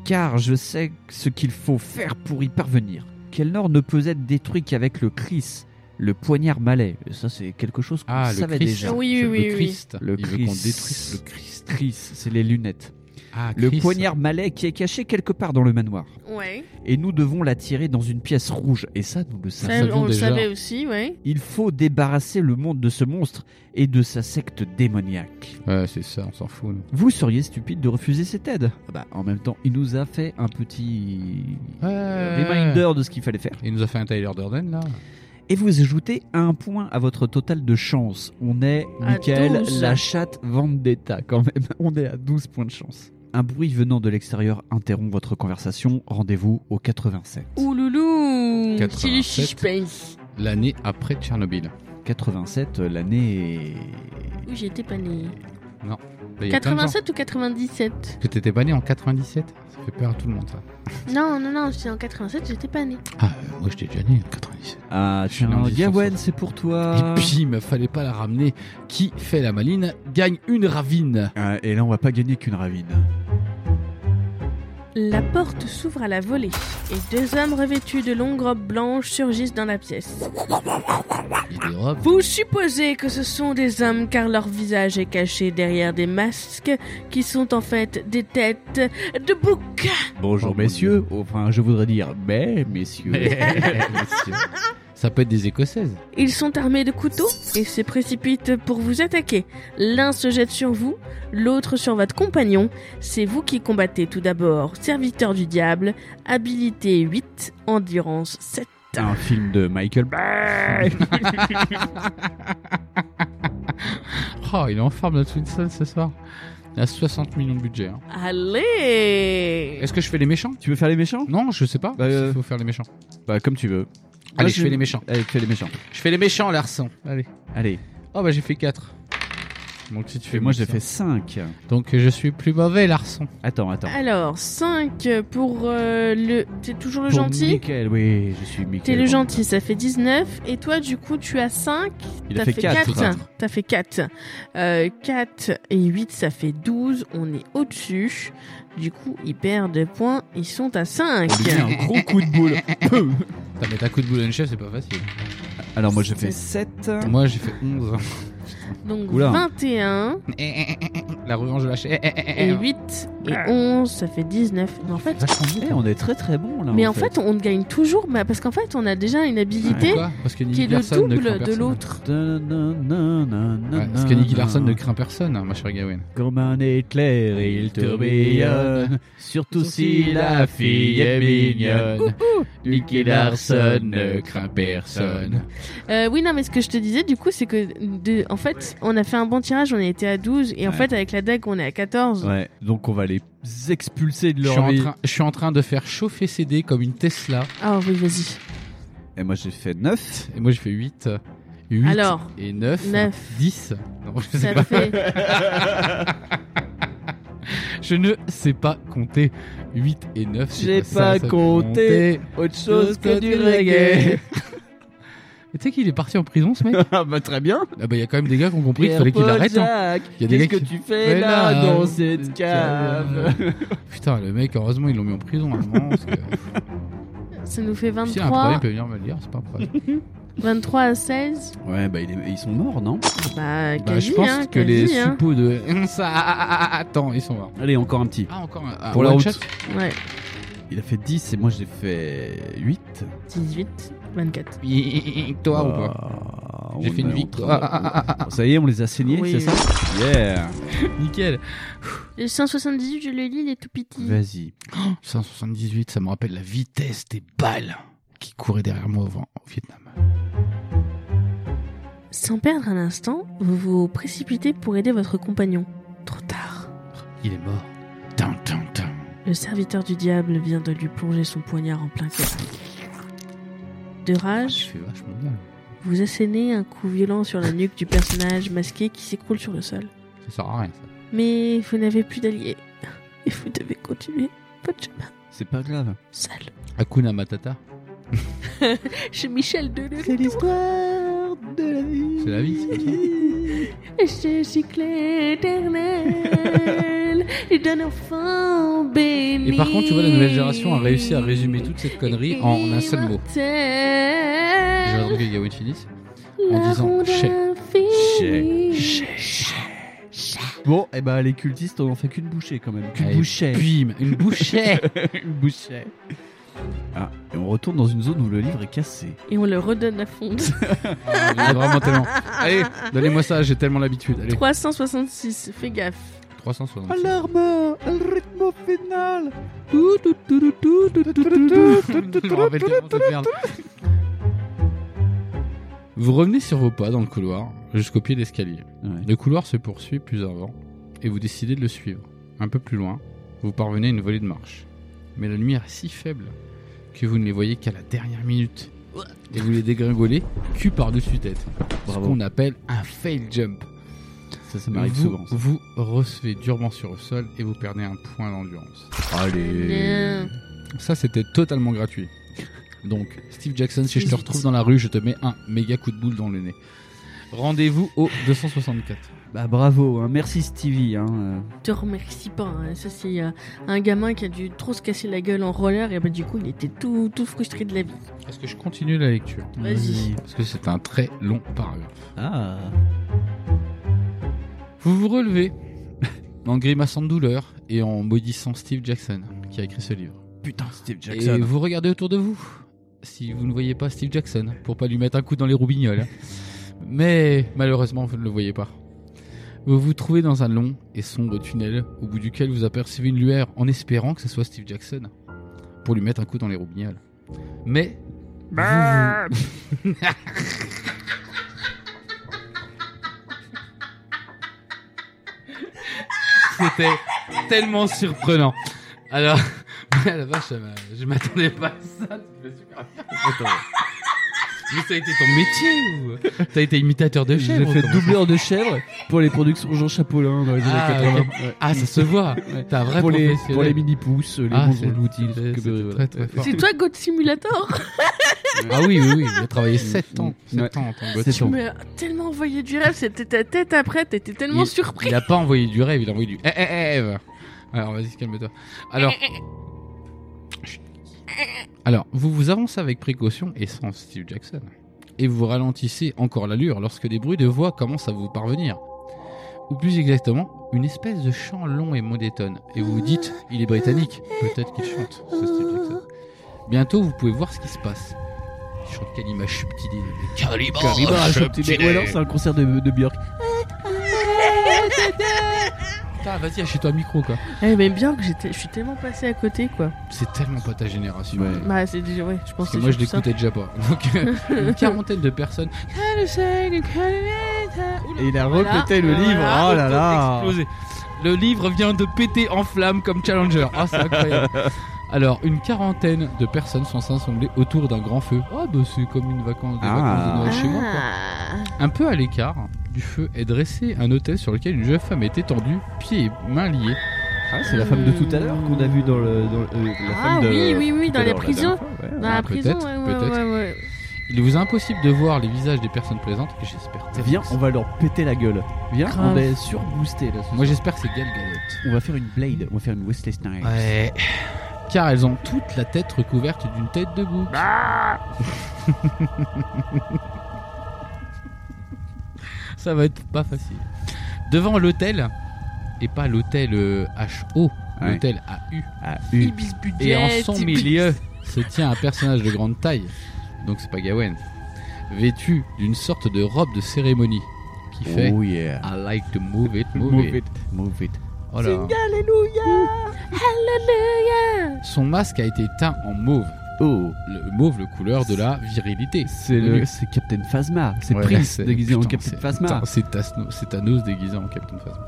Car je sais ce qu'il faut faire pour y parvenir. Kelnor ne peut être détruit qu'avec le Chris, le poignard malais. Ça, c'est quelque chose qu'on Ah, le savait Christ. déjà. Oui, oui, le oui, oui. Christ. Le il veut Christ. qu'on détruise le Christ. Chris, c'est les lunettes. Ah, Le Christ. poignard malais qui est caché quelque part dans le manoir. ouais. Et nous devons l'attirer dans une pièce rouge. Et ça, nous le savons. Ça, savions on le déjà. savait aussi, ouais. Il faut débarrasser le monde de ce monstre et de sa secte démoniaque. Ouais, c'est ça, on s'en fout. nous. Vous seriez stupide de refuser cette aide. Ah Bah, en même temps, il nous a fait un petit Ouais. reminder de ce qu'il fallait faire. Il nous a fait un Tyler Durden, là. Et vous ajoutez un point à votre total de chance. On est, À Michael, 12. la chatte Vendetta quand même. On est à 12 points de chance. Un bruit venant de l'extérieur interrompt votre conversation. Rendez-vous au 87. Ouh loulou. C'est le 87. suspense. L'année après Tchernobyl. 87, euh, l'année... Où j'étais pas née. Là, il y a plein de gens. 87 ou 97 Que t'étais pas né en 97 Ça fait peur à tout le monde, ça. Non, non, non, j'étais en 87, j'étais pas née. Ah, euh, moi, j'étais déjà né en 97. Ah, Je suis né en tiens, 1960. Gawen, c'est pour toi. Et puis, il fallait pas la ramener. Qui fait la maline gagne une ravine. Ah, et là, on va pas gagner qu'une ravine. La porte s'ouvre à la volée et deux hommes revêtus de longues robes blanches surgissent dans la pièce. Il y a des robes. Vous supposez que ce sont des hommes car leur visage est caché derrière des masques qui sont en fait des têtes de bouc. Bonjour, Oh, mon messieurs. Enfin, je voudrais dire, mais, messieurs. messieurs. Ça peut être des écossaises. Ils sont armés de couteaux et se précipitent pour vous attaquer. L'un se jette sur vous, l'autre sur votre compagnon. C'est vous qui combattez tout d'abord, serviteur du diable, habilité 8, endurance 7. Un film de Michael Bay. Oh, il est en forme notre Winston ce soir. Il a 60 millions de budget. hein. Allez Est-ce que je fais les méchants tu veux faire les méchants Non, je sais pas. Bah, euh, Il faut faire les méchants. Bah, comme tu veux. Allez, Moi, je fais les méchants. Allez, fais les méchants. Je fais les méchants, Larson. Allez. Allez. Oh, bah j'ai fait 4. Donc si tu fais. Et moi, moins, j'ai ça. fait 5. Donc je suis plus mauvais, Larson. Attends, attends. Alors, 5 pour euh, le... T'es toujours le Pour gentil Michael, oui, je suis Michael. T'es le gentil, ça fait 19. Et toi, du coup, tu as 5. Il T'as a fait fait quatre. 4. T'as fait 4. 4 et 8, ça fait 12. On est au-dessus. Du coup, ils perdent des points. Ils sont à 5. Il a un gros coup de boule. Peu. T'as mettre un coup de boule à une chef, c'est pas facile. Ah. Alors, moi, j'ai fait 7. Moi j'ai fait 11. Donc Oula. 21 hmm, La revanche de la Eh, chaîne. et 8 et 11, ça fait 19. Mais en fait, Eh, on est très très bon là. mais en fait, on gagne toujours bah, parce qu'en fait, on a déjà une habilité Pourquoi Parce que qui Nicky est le Larson ne craint double de personne. l'autre. Ouais, parce que Nicky Larson ne craint personne, hein, ma chère Gawain. Comme un éclair, il tourbillonne. Surtout si la fille est mignonne. Nicky Larson ne craint personne. Euh, oui, non, mais ce que je te disais du coup, c'est que de, en fait, on a fait un bon tirage, on a été à 12 et en Ouais. fait, avec la deck, on est à 14. Ouais, donc on va les expulser de Je suis, leur en vie. train, je suis en train de faire chauffer ses dés comme une Tesla. Ah oui, vas-y. Et moi j'ai fait 9. Et moi, je fais 8. 8 Alors, et 9. neuf. 10. Non, je sais Ça pas. fait Je ne sais pas compter 8 et 9. c'est J'ai ça, pas ça fait compté compter. Autre chose que du reggae. Mais Tu sais qu'il est parti en prison ce mec ah bah très bien. Ah bah il y a quand même des gars qui ont compris qu'il fallait qu'il arrête. hein. Il y a des qu'est-ce gars que qui- tu Mais fais là, là, dans euh, cette cave Putain le mec heureusement ils l'ont mis en prison à un moment. Parce que... ça nous fait Si y a un problème 23, il peut venir me le dire, c'est pas un problème. 23 à 16. Ouais, bah il est- ils sont morts, non Bah, Bah, quasi, je pense hein, que les quasi, hein. suppos de... ah, Ça... Attends ils sont morts. Allez, encore un petit. Ah encore un... un Pour la one route. shot Ouais, Il a fait 10 et moi j'ai fait 8. 18, 24. Victoire ou pas Ah, J'ai on fait est une en victoire. train de- ah. Ça y est, on les a saignés, Oui. c'est ça Yeah Nickel. Le 178, je le lis, il est tout petit. Vas-y. 178 ça me rappelle la vitesse des balles qui couraient derrière moi au vent au Vietnam. Sans perdre un instant, vous vous précipitez pour aider votre compagnon. Trop tard. Il est mort. Tin, tin, tin. Le serviteur du diable vient de lui plonger son poignard en plein cœur. De Je rage, fais vachement bien. vous assénez un coup violent sur la nuque du personnage masqué qui s'écroule sur le sol. Ça sert à rien. Mais vous n'avez plus d'alliés. Et vous devez continuer votre chemin C'est pas grave. seul. Hakuna Matata. Chez Michel Deleu. l'histoire de la vie. C'est la vie, c'est Je cycle éternel d'un enfant béni. Et par contre, tu vois, la nouvelle génération a réussi à résumer toute cette connerie en un seul mot. J'ai Immortel, l'impression que Gawain finisse. la en disant ronde chais. infinie. Bon, et bah les cultistes, on en fait qu'une bouchée quand même. Qu'une Allez, bouchée. Bim Une bouchée une bouchée. Ah, et on retourne dans une zone où le livre est cassé. Et on le redonne à fond. Ah, mais vraiment tellement. Allez, donnez-moi ça, j'ai tellement l'habitude. Allez, 366, fais gaffe. 360. Alarme Al rythme final Je me rappelle tellement de cette merde. Vous revenez sur vos pas dans le couloir jusqu'au pied de l'escalier. Ouais. Le couloir se poursuit plus avant et vous décidez de le suivre. Un peu plus loin, vous parvenez à une volée de marche. Mais la lumière est si faible que vous ne les voyez qu'à la dernière minute. Et vous les dégringolez cul par-dessus tête. Bravo. Ce qu'on appelle un fail jump. Ça, ça m'arrive vous, souvent. ça. vous recevez durement sur le sol et vous perdez un point d'endurance. Allez Bien. Ça, c'était totalement gratuit. Donc, Steve Jackson, si je te Zut. retrouve dans la rue, je te mets un méga coup de boule dans le nez. Rendez-vous au 264. Bah bravo, hein. merci Stevie. Hein. euh. Te remercie pas. hein. Ça, c'est euh, un gamin qui a dû trop se casser la gueule en roller. Et bah, du coup, il était tout, tout frustré de la vie. Est-ce que je continue la lecture Vas-y. Parce que c'est un très long paragraphe. Ah Vous vous relevez en grimaçant de douleur et en maudissant Steve Jackson qui a écrit ce livre. Putain, Steve Et vous regardez autour de vous si vous ne voyez pas Steve Jackson pour pas lui mettre un coup dans les roubignoles. Mais malheureusement, vous ne le voyez pas. Vous vous trouvez dans un long et sombre tunnel au bout duquel vous apercevez une lueur en espérant que ce soit Steve Jackson pour lui mettre un coup dans les roubignoles. Mais vous- vous- C'était tellement surprenant. Alors, ah, la vache, ça m'a- je m'attendais pas à ça. Tu fais super bien. Attends. Mais ça a été ton métier ou euh, T'as été imitateur de J'ai chèvre ou fait comment doubleur de chèvre pour les productions Jean Chapolin dans les Ah, années 80. ok. Ah, ça se voit. T'as un vrai Pour, les, professionnel. pour les mini-pousses, les Ah, monstres c'est- de l'outil. c'est- que- euh, c'est voilà. très, très fort. C'est toi, God Simulator Ah oui, oui, oui. J'ai travaillé 7 ans. Ouais. 7 ans en tant que C'est bottier. Tu bon. m'as tellement envoyé du rêve. C'était ta tête après. T'étais tellement Il- surpris. Il a pas envoyé du rêve, il a envoyé du eh, eh, eh, eh. Alors vas-y, calme-toi. Alors. Chut. Alors, vous vous avancez avec précaution et sans Steve Jackson. et vous ralentissez encore l'allure lorsque des bruits de voix commencent à vous parvenir. Ou plus exactement, une espèce de chant long et monotone. Et vous vous dites, il est britannique, peut-être qu'il chante. Ça, c'était Jackson. Bientôt, vous pouvez voir ce qui se passe. Il chante Kalimash, petit dé. Kalimash, petit dé. Ou alors c'est un concert de, de Björk. Ah. Putain, vas-y, achète-toi un micro, quoi. Eh, mais bien que j'étais- je suis tellement passé à côté, quoi. C'est tellement pas ta génération. Ouais. Bah, c'est déjà, ouais, je Parce pense que que moi, je c'est surtout l'écoutais déjà pas. Donc, euh, une quarantaine de personnes. Et il a Voilà. répété le Voilà. livre. Oh là là. Explosé. Le livre vient de péter en flammes comme Challenger. Ah, c'est incroyable. Alors, une quarantaine de personnes sont assemblées autour d'un grand feu. Ah, bah, c'est comme une vacance, des Ah. vacances de Noël ça. hein, chez moi. quoi. Ah. Un peu à l'écart du feu est dressé un hôtel sur lequel une jeune femme est étendue, pieds et mains liés. Ah, c'est la femme de tout à l'heure qu'on a vue dans le. Dans le- euh, la Ah, femme de- oui, oui, oui, tout à dans les l'heure, la prisons. dernière fois, ouais. Dans la Ah, prison, peut-être, Bah, ouais, ouais, peut-être. Mmh. ouais, ouais. Il vous est impossible de voir les visages des personnes présentes. et J'espère. tellement Viens, que on va leur péter la gueule. Viens, Grave. on est surboosté là. ce c'est- Moi, soir. j'espère que c'est Gal Gadot. on va faire une blade, on va faire une Wesley Snipes. Ouais. Car elles ont toute la tête recouverte d'une tête de bouc. Ça va être pas facile. Devant l'hôtel, et pas l'hôtel euh, HO, Ouais. l'hôtel AU. Ah, une- Ibis budget. Et en son Ibis. milieu se tient un personnage de grande taille, donc c'est pas Gawain, vêtu d'une sorte de robe de cérémonie qui fait Oh yeah. I like to move it, move, Move it. it, move it. Oh là. Mmh, Son masque a été teint en mauve. Oh, le mauve, le couleur de la virilité. c'est le, c'est Captain Phasma. C'est Ouais, Prince c'est- déguisé en putain, Captain c'est- putain, Phasma. C'est Tasno- c'est Thanos déguisé en Captain Phasma.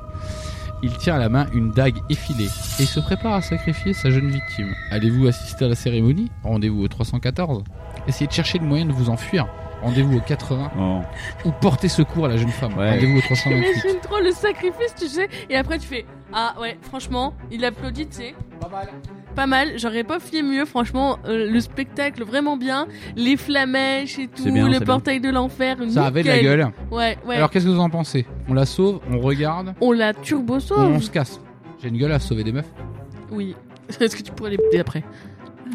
Il tient à la main une dague effilée et se prépare à sacrifier sa jeune victime. Allez-vous assister à la cérémonie Rendez-vous au 314. Essayez de chercher le moyen de vous enfuir. Rendez-vous au 80 Oh. ou portez secours à la jeune femme. Ouais. Rendez-vous au J'imagine 328. trop le sacrifice, tu sais. Et après, tu fais Ah ouais, franchement, il applaudit, tu sais. Pas mal. Pas mal, j'aurais pas filé mieux, franchement. euh, le spectacle, vraiment bien. Les flamèches et tout, C'est bien, le c'est bien. portail de l'enfer. Ça avait de la gueule. Ouais, ouais. Alors qu'est-ce que vous en pensez On la sauve, on regarde, On la turbo ou sauve on se casse. J'ai une gueule à sauver des meufs. Oui. Est-ce que tu pourrais les péter après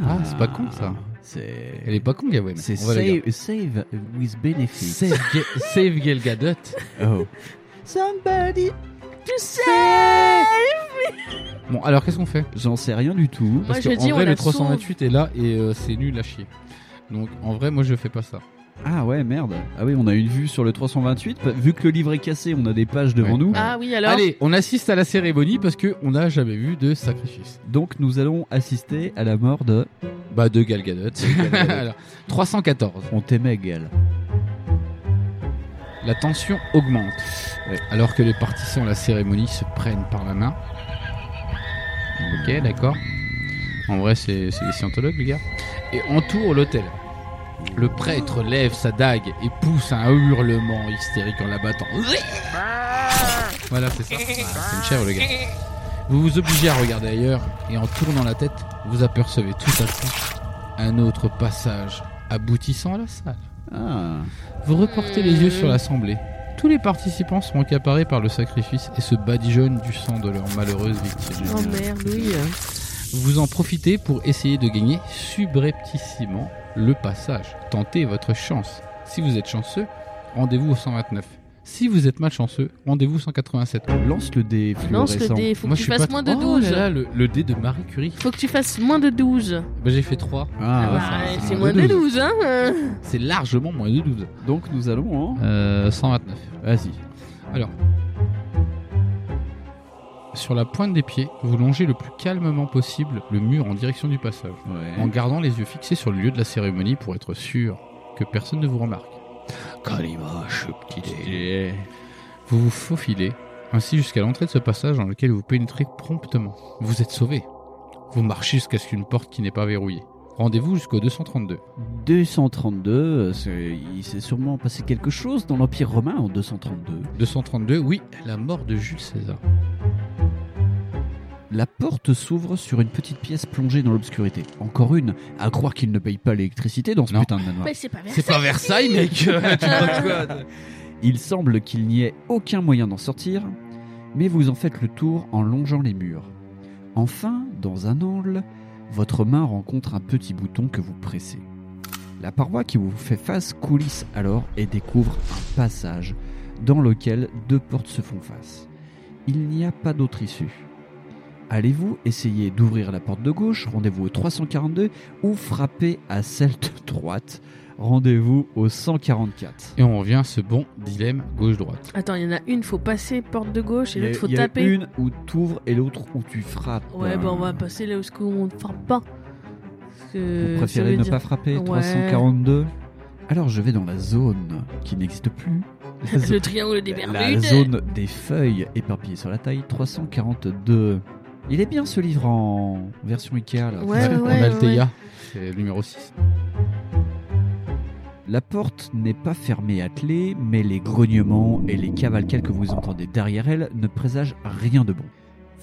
Ah, c'est pas con, ça. C'est. Elle est pas con, Gawain. C'est On va la garder. save, save with benefit. Save, Ga- Save Gail Gadot. Oh. Somebody. Tu sais Bon, alors qu'est-ce qu'on fait J'en sais rien du tout. Moi, Parce je qu'en dis, on vrai, la le 328 est là et euh, c'est nul à chier. Donc en vrai, moi je fais pas ça. Ah ouais, merde. Ah oui, on a une vue sur le 328. Bah, Vu que le livre est cassé, on a des pages devant Ouais. nous. Ah oui, alors Allez, on assiste à la cérémonie parce que on n'a jamais vu de sacrifice. Donc nous allons assister à la mort de. Bah de Gal Gadot. Alors, 314. On t'aimait, Gal. La tension augmente. Ouais. Alors que les participants à la cérémonie se prennent par la main. Ok, d'accord. En vrai, c'est c'est des scientologues, les gars. Et entourent l'hôtel. Le prêtre lève sa dague et pousse un hurlement hystérique en la battant. Voilà, c'est ça. Ah, c'est une chèvre, le gars. Vous vous obligez à regarder ailleurs et en tournant la tête, vous apercevez tout à coup un autre passage aboutissant à la salle. Ah. Vous reportez les yeux Euh. sur l'assemblée. Tous les participants sont accaparés par le sacrifice et se badigeonnent du sang de leur malheureuse victime. Oh merde, oui. Vous en profitez pour essayer de gagner subrepticement le passage. Tentez votre chance. Si vous êtes chanceux, rendez-vous au 129. Si vous êtes malchanceux, rendez-vous au 187. Lance le dé fluorescent. Lance le dé, faut que je tu suis fasses pas- moins de Oh 12. là là, le, le dé de Marie Curie. Faut que tu fasses moins de 12. Bah, J'ai fait 3. Ah, ouais, Bah, ça, c'est c'est moins moins de de 12, hein euh. C'est largement moins de 12. Donc nous allons en. Euh, 129. Vas-y. Alors, sur la pointe des pieds, vous longez le plus calmement possible le mur en direction du passage, en Ouais. gardant les yeux fixés sur le lieu de la cérémonie pour être sûr que personne ne vous remarque. Vous vous faufilez ainsi jusqu'à l'entrée de ce passage dans lequel vous pénétrez promptement. Vous êtes sauvé. Vous marchez jusqu'à ce qu'une porte qui n'est pas verrouillée. Rendez-vous jusqu'au 232. 232, euh, c'est- il s'est sûrement passé quelque chose dans l'Empire romain en 232. 232, oui, la mort de Jules César. La porte s'ouvre sur une petite pièce plongée dans l'obscurité. Encore une, à croire qu'il ne paye pas l'électricité dans ce Non. putain de manoir. Mais c'est pas vrai. C'est pas Versailles, mec Tu crois quoi Il semble qu'il n'y ait aucun moyen d'en sortir, mais vous en faites le tour en longeant les murs. Enfin, dans un angle, votre main rencontre un petit bouton que vous pressez. La paroi qui vous fait face coulisse alors et découvre un passage dans lequel deux portes se font face. Il n'y a pas d'autre issue. Allez-vous essayer d'ouvrir la porte de gauche, rendez-vous au 342, ou frapper à celle de droite, rendez-vous au 144 Et on revient à ce bon dilemme gauche-droite. Attends, il y en a une, faut passer porte de gauche et Il y a- l'autre faut il y a taper. une où t'ouvres et l'autre où tu frappes. Ouais, bah on va passer là où ce qu'on ne frappe pas. Parce que Vous ça veut préférez ne euh, dire- pas frapper Ouais. 342 Alors je vais dans la zone qui n'existe plus. La, zo- Le triangle des la Bermudes. zone des feuilles éparpillées sur la taille 342. Il est bien ce livre en version Ikea là. Ouais, ouais, en ouais. Altea, c'est le numéro 6. La porte n'est pas fermée à clé, mais les grognements et les cavalcades que vous entendez derrière elle ne présagent rien de bon.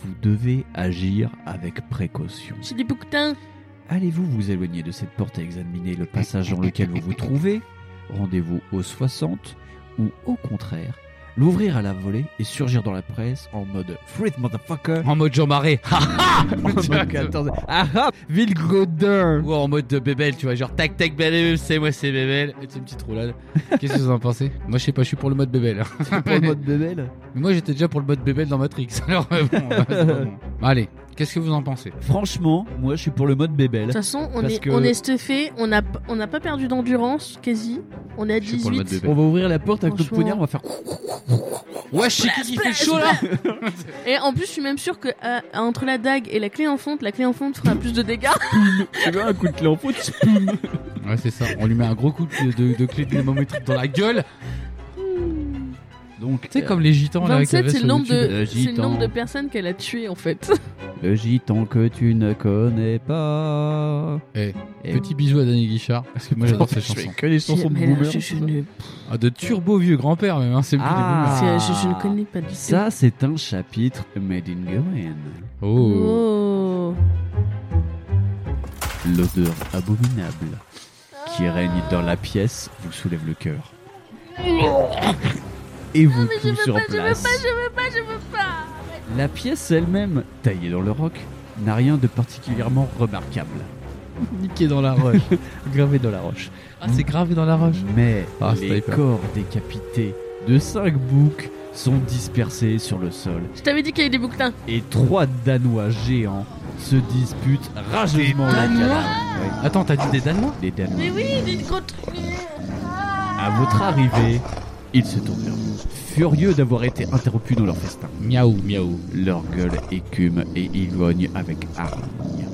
Vous devez agir avec précaution. J'ai des bouquetins. Allez-vous vous éloigner de cette porte et examiner le passage dans lequel vous vous trouvez Rendez-vous au 60 ou au contraire, l'ouvrir à la volée et surgir dans la presse en mode Free the motherfucker En mode Jean Marais. en mode 14. Ah ah Ville Gaudin Ou en mode de bébel, tu vois, genre tac tac bébel, c'est moi c'est bébel. Et c'est une petite roulade. Qu'est-ce que vous en pensez Moi je sais pas, je suis pour le mode bébel. hein. Pour le mode bébel Mais moi j'étais déjà pour le mode bébel dans Matrix. Alors euh, bon, bah, c'est pas bon. Allez, qu'est-ce que vous en pensez Franchement, moi je suis pour le mode bébel. De toute façon, on Parce est, que- on est stuffé, on n'a on n'a pas perdu d'endurance, quasi. On est à Je suis pour le mode 18. bébel. va ouvrir la porte avec notre Franchement. poignard, on va faire. Ouais, je sais qui qui fait chaud là Et en plus, je suis même sûre que euh, entre la dague et la clé en fonte, la clé en fonte fera plus de dégâts. Tu veux un coup de clé en faute Ouais, c'est ça. On lui met un gros coup de, de, de clé dynamométrique dans la gueule. Donc, Tu sais, comme les gitans là avec la 27, veste c'est le nombre au-dessus de- de, c'est le nombre de gitan. personnes qu'elle a tuées en fait. euh, le gitan que tu ne connais pas. Eh, Et- Petit bisou à Danny Guichard, parce que moi j'adore cette Oh, Je fais chanson. que les chansons de Mais là, boomer. je, je ne, Ah, de turbo vieux grand-père même, hein, c'est plus Ah. c'est- je- je ne connais pas du tout. Ça, c'est un chapitre Made in Goen. des boomers. Oh. Oh. L'odeur abominable Ah. qui règne dans la pièce vous soulève le cœur. Et vous mais je pousse veux sur pas, je veux place. pas, je veux pas, je veux pas. La pièce elle-même, taillée dans le roc, n'a rien de particulièrement remarquable. Oh. Niqué dans la roche. Gravé dans la roche. ah, c'est gravé dans la roche. Mais Ah, les sniper. corps décapités de cinq boucs sont dispersés sur le sol Je t'avais dit qu'il y avait des bouquetins. et trois Danois géants se disputent rageusement la cadavre. Attends, t'as dit des Danois Ouais, les Danois. Mais oui, des gros trucs. À votre arrivée, ils se tournent vers vous, furieux d'avoir été interrompus dans leur festin. Miaou, miaou. Leur gueule écume et ils grognent avec hargne.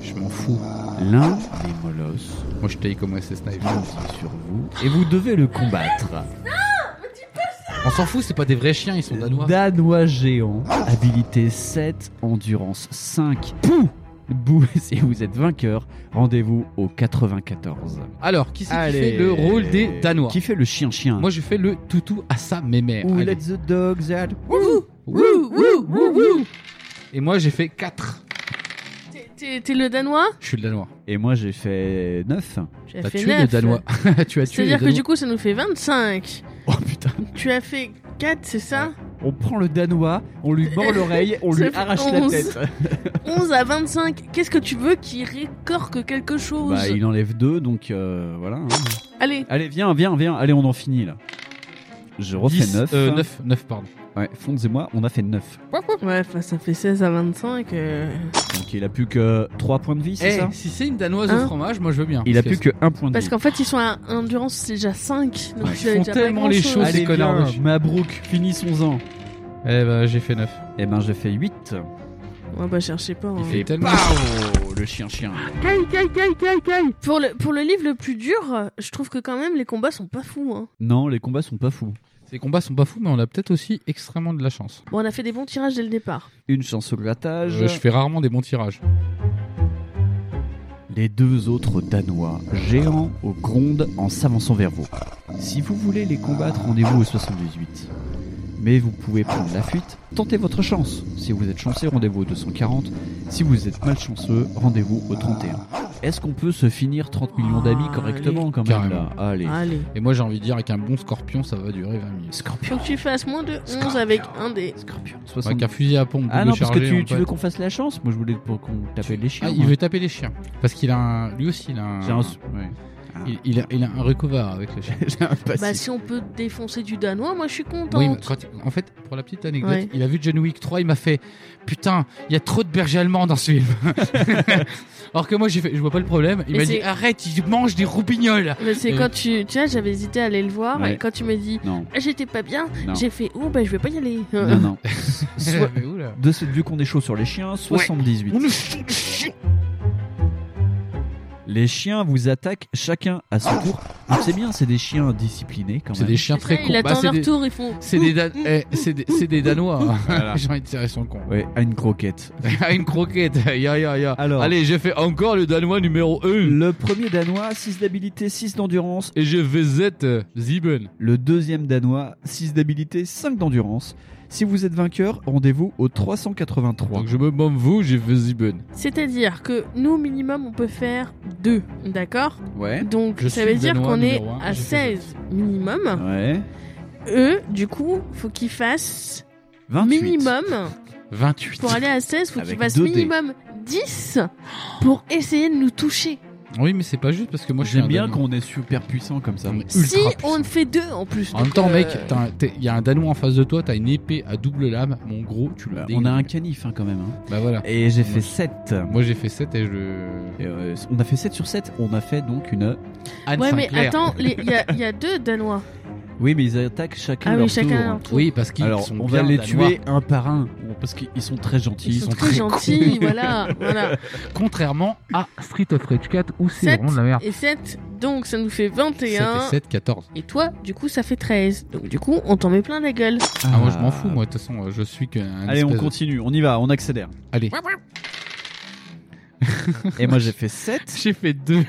Je m'en fous. L'un des molosses Moi je taille comme SS Snipe. bondit sur vous et vous devez le combattre. On s'en fout, c'est pas des vrais chiens, ils sont danois. Danois géant, habilité 7, endurance 5. Pouh Bouh, si vous êtes vainqueur, rendez-vous au 94. Alors, qui c'est qui fait le rôle des Danois Qui fait le chien-chien Moi je fais le toutou à sa mémère. Ouh, Allez. let the dogs out. Wouh, wouh, wouh, wouh. Et moi j'ai fait 4. T'es- T'es t'es le danois Je suis le danois. Bah, Et moi j'ai fait 9. Tu T'as fait tué les neuf. danois. tu as tué les C'est-à-dire que danois. du coup, ça nous fait 25. Oh putain. Tu as fait 4, c'est ça On prend le Danois, on lui mord l'oreille, on Ça lui fait arrache 11. la tête. 11 à 25. Qu'est-ce que tu veux qui récorque quelque chose Bah, il enlève 2, donc euh, voilà. hein. Allez, Allez, viens, viens, viens. Allez, on en finit là. Je refais 9. 9, 9 euh, pardon. Ouais, Fonz et moi, on a fait 9. Ouais, enfin, ça fait 16 à 25. euh. Donc il a plus que 3 points de vie, c'est Eh, ça si c'est une danoise Hein au fromage, moi je veux bien. Il a Parce plus que 1 point de Parce vie. qu'en fait, ils sont à endurance, c'est déjà 5. Donc Ouais, ça veut ils font dire pas tellement les grand-chose. choses. Allez, ces connards, viens, wesh. Mabrouk, finissons-en. Eh ben j'ai fait 9. Eh ben, j'ai fait 8. Ouais, bah, cherchez pas. hein. fait tellement. Pow Oh, Le chien-chien. Pour, le, pour le livre le plus dur, je trouve que quand même, les combats sont pas fous. Hein. Non, les combats sont pas fous. Ces combats sont pas fous, mais on a peut-être aussi extrêmement de la chance. Euh, Bon, on a fait des bons tirages dès le départ. Une chance au grattage. Je, je fais rarement des bons tirages. Les deux autres Danois, géants aux grondes en s'avançant vers vous. Si vous voulez les combattre, rendez-vous au 78. Mais vous pouvez prendre la fuite, tentez votre chance. Si vous êtes chanceux, rendez-vous au 240. Si vous êtes malchanceux, rendez-vous au 31. Est-ce qu'on peut se finir 30 millions d'amis Ah, correctement quand même Carrément. là Allez. Allez. Et moi j'ai envie de dire, avec un bon scorpion, ça va durer 20 minutes. Scorpion. Faut que tu fasses moins de 11 avec un dé. Scorpion. Avec un fusil à pompe, Ah double non, parce que chargé, en tu, tu fait. veux qu'on fasse la chance Moi je voulais pour qu'on t'appelle les chiens. Ah, il Ah, moi. veut taper les chiens. Parce qu'il a un... Lui aussi, il a un... J'ai un- ouais. Il, il a, il a un recover avec le chien. Bah, si on peut défoncer du danois, moi je suis contente. Oui, mais quand- en fait, pour la petite anecdote, Ouais. il a vu John Wick 3, il m'a fait Putain, il y a trop de bergers allemands dans ce film. Alors que moi, j'ai fait Je vois pas le problème. Il Mais m'a dit c'est- Arrête, ils mangent des roubignoles. Mais c'est Euh. quand tu. Tu vois, j'avais hésité à aller le voir, Ouais. et quand tu m'as dit, Non, Ah, j'étais pas bien, Non. j'ai fait, oh, bah je vais pas y aller. Euh. Non, non. Soit- Mais où, là de cette vue qu'on est chaud sur les chiens, 78. Les chiens vous attaquent chacun à son tour. Donc c'est bien, c'est des chiens disciplinés Ah. quand C'est même. des chiens très Ils cons. Bah, attendent c'est leur des, tour, ils font. c'est des Dan- eh, c'est des- c'est des Danois. hein. Voilà. J'ai envie de tirer son con. Ouais, à une croquette. Ah, Une croquette. Ya, ya, ya. Alors. Allez, j'ai fait encore le Danois numéro 1. Le premier danois, 6 d'habilité, 6 d'endurance. Et je vais Z Ziben. Le deuxième danois, 6 d'habilité, 5 d'endurance. Si vous êtes vainqueur, rendez-vous au 383. Donc je me bombe vous, j'ai fait Ziben. C'est-à-dire que nous, au minimum, on peut faire deux, d'accord Ouais. Donc Je ça suis veut le dire Danois qu'on est numéro un, Ah. à j'ai fait 16 minimum. Ouais. Eux, du coup, faut qu'ils fassent 28. minimum. 28. Pour aller à 16, faut qu'ils Avec fassent deux dés. minimum 10 pour essayer de nous toucher. Oui, mais c'est pas juste parce que moi je suis J'aime un bien Danois. Mmh. qu'on est super puissant comme ça. On est Si ultra puissant. on ne fait deux en plus. En donc, même temps, euh, mec, il y a un Danois en face de toi, t'as une épée à double lame, mon gros, tu le Bah, on déglingues. a un canif hein, quand même. hein. Bah voilà. Et j'ai fait 7. Moi j'ai fait 7 et je le. euh, on a fait 7 sur 7. On a fait donc une. Anne Ouais, mais Sinclair. attends, les- il y, a- il y a deux Danois. Oui, mais ils attaquent chacun Ah leur oui, chacun tour. leur tour. Oui, parce qu'ils Alors, sont on va bien les Danois. tuer un par un, bon, parce qu'ils sont très gentils. Ils, sont, très, gentils, voilà. voilà. Contrairement à Street of Rage 4 où c'est Sept. vraiment de la merde. Et 7, donc ça nous fait 21. 7 et 7, 14. Et toi, du coup, ça fait 13. Donc du coup, on t'en met plein la gueule. Ah, moi je m'en fous, moi, de toute façon, euh, je suis qu'un. Allez, on espèce de- continue, on y va, on accélère. Allez. Et moi j'ai fait 7. J'ai fait 2.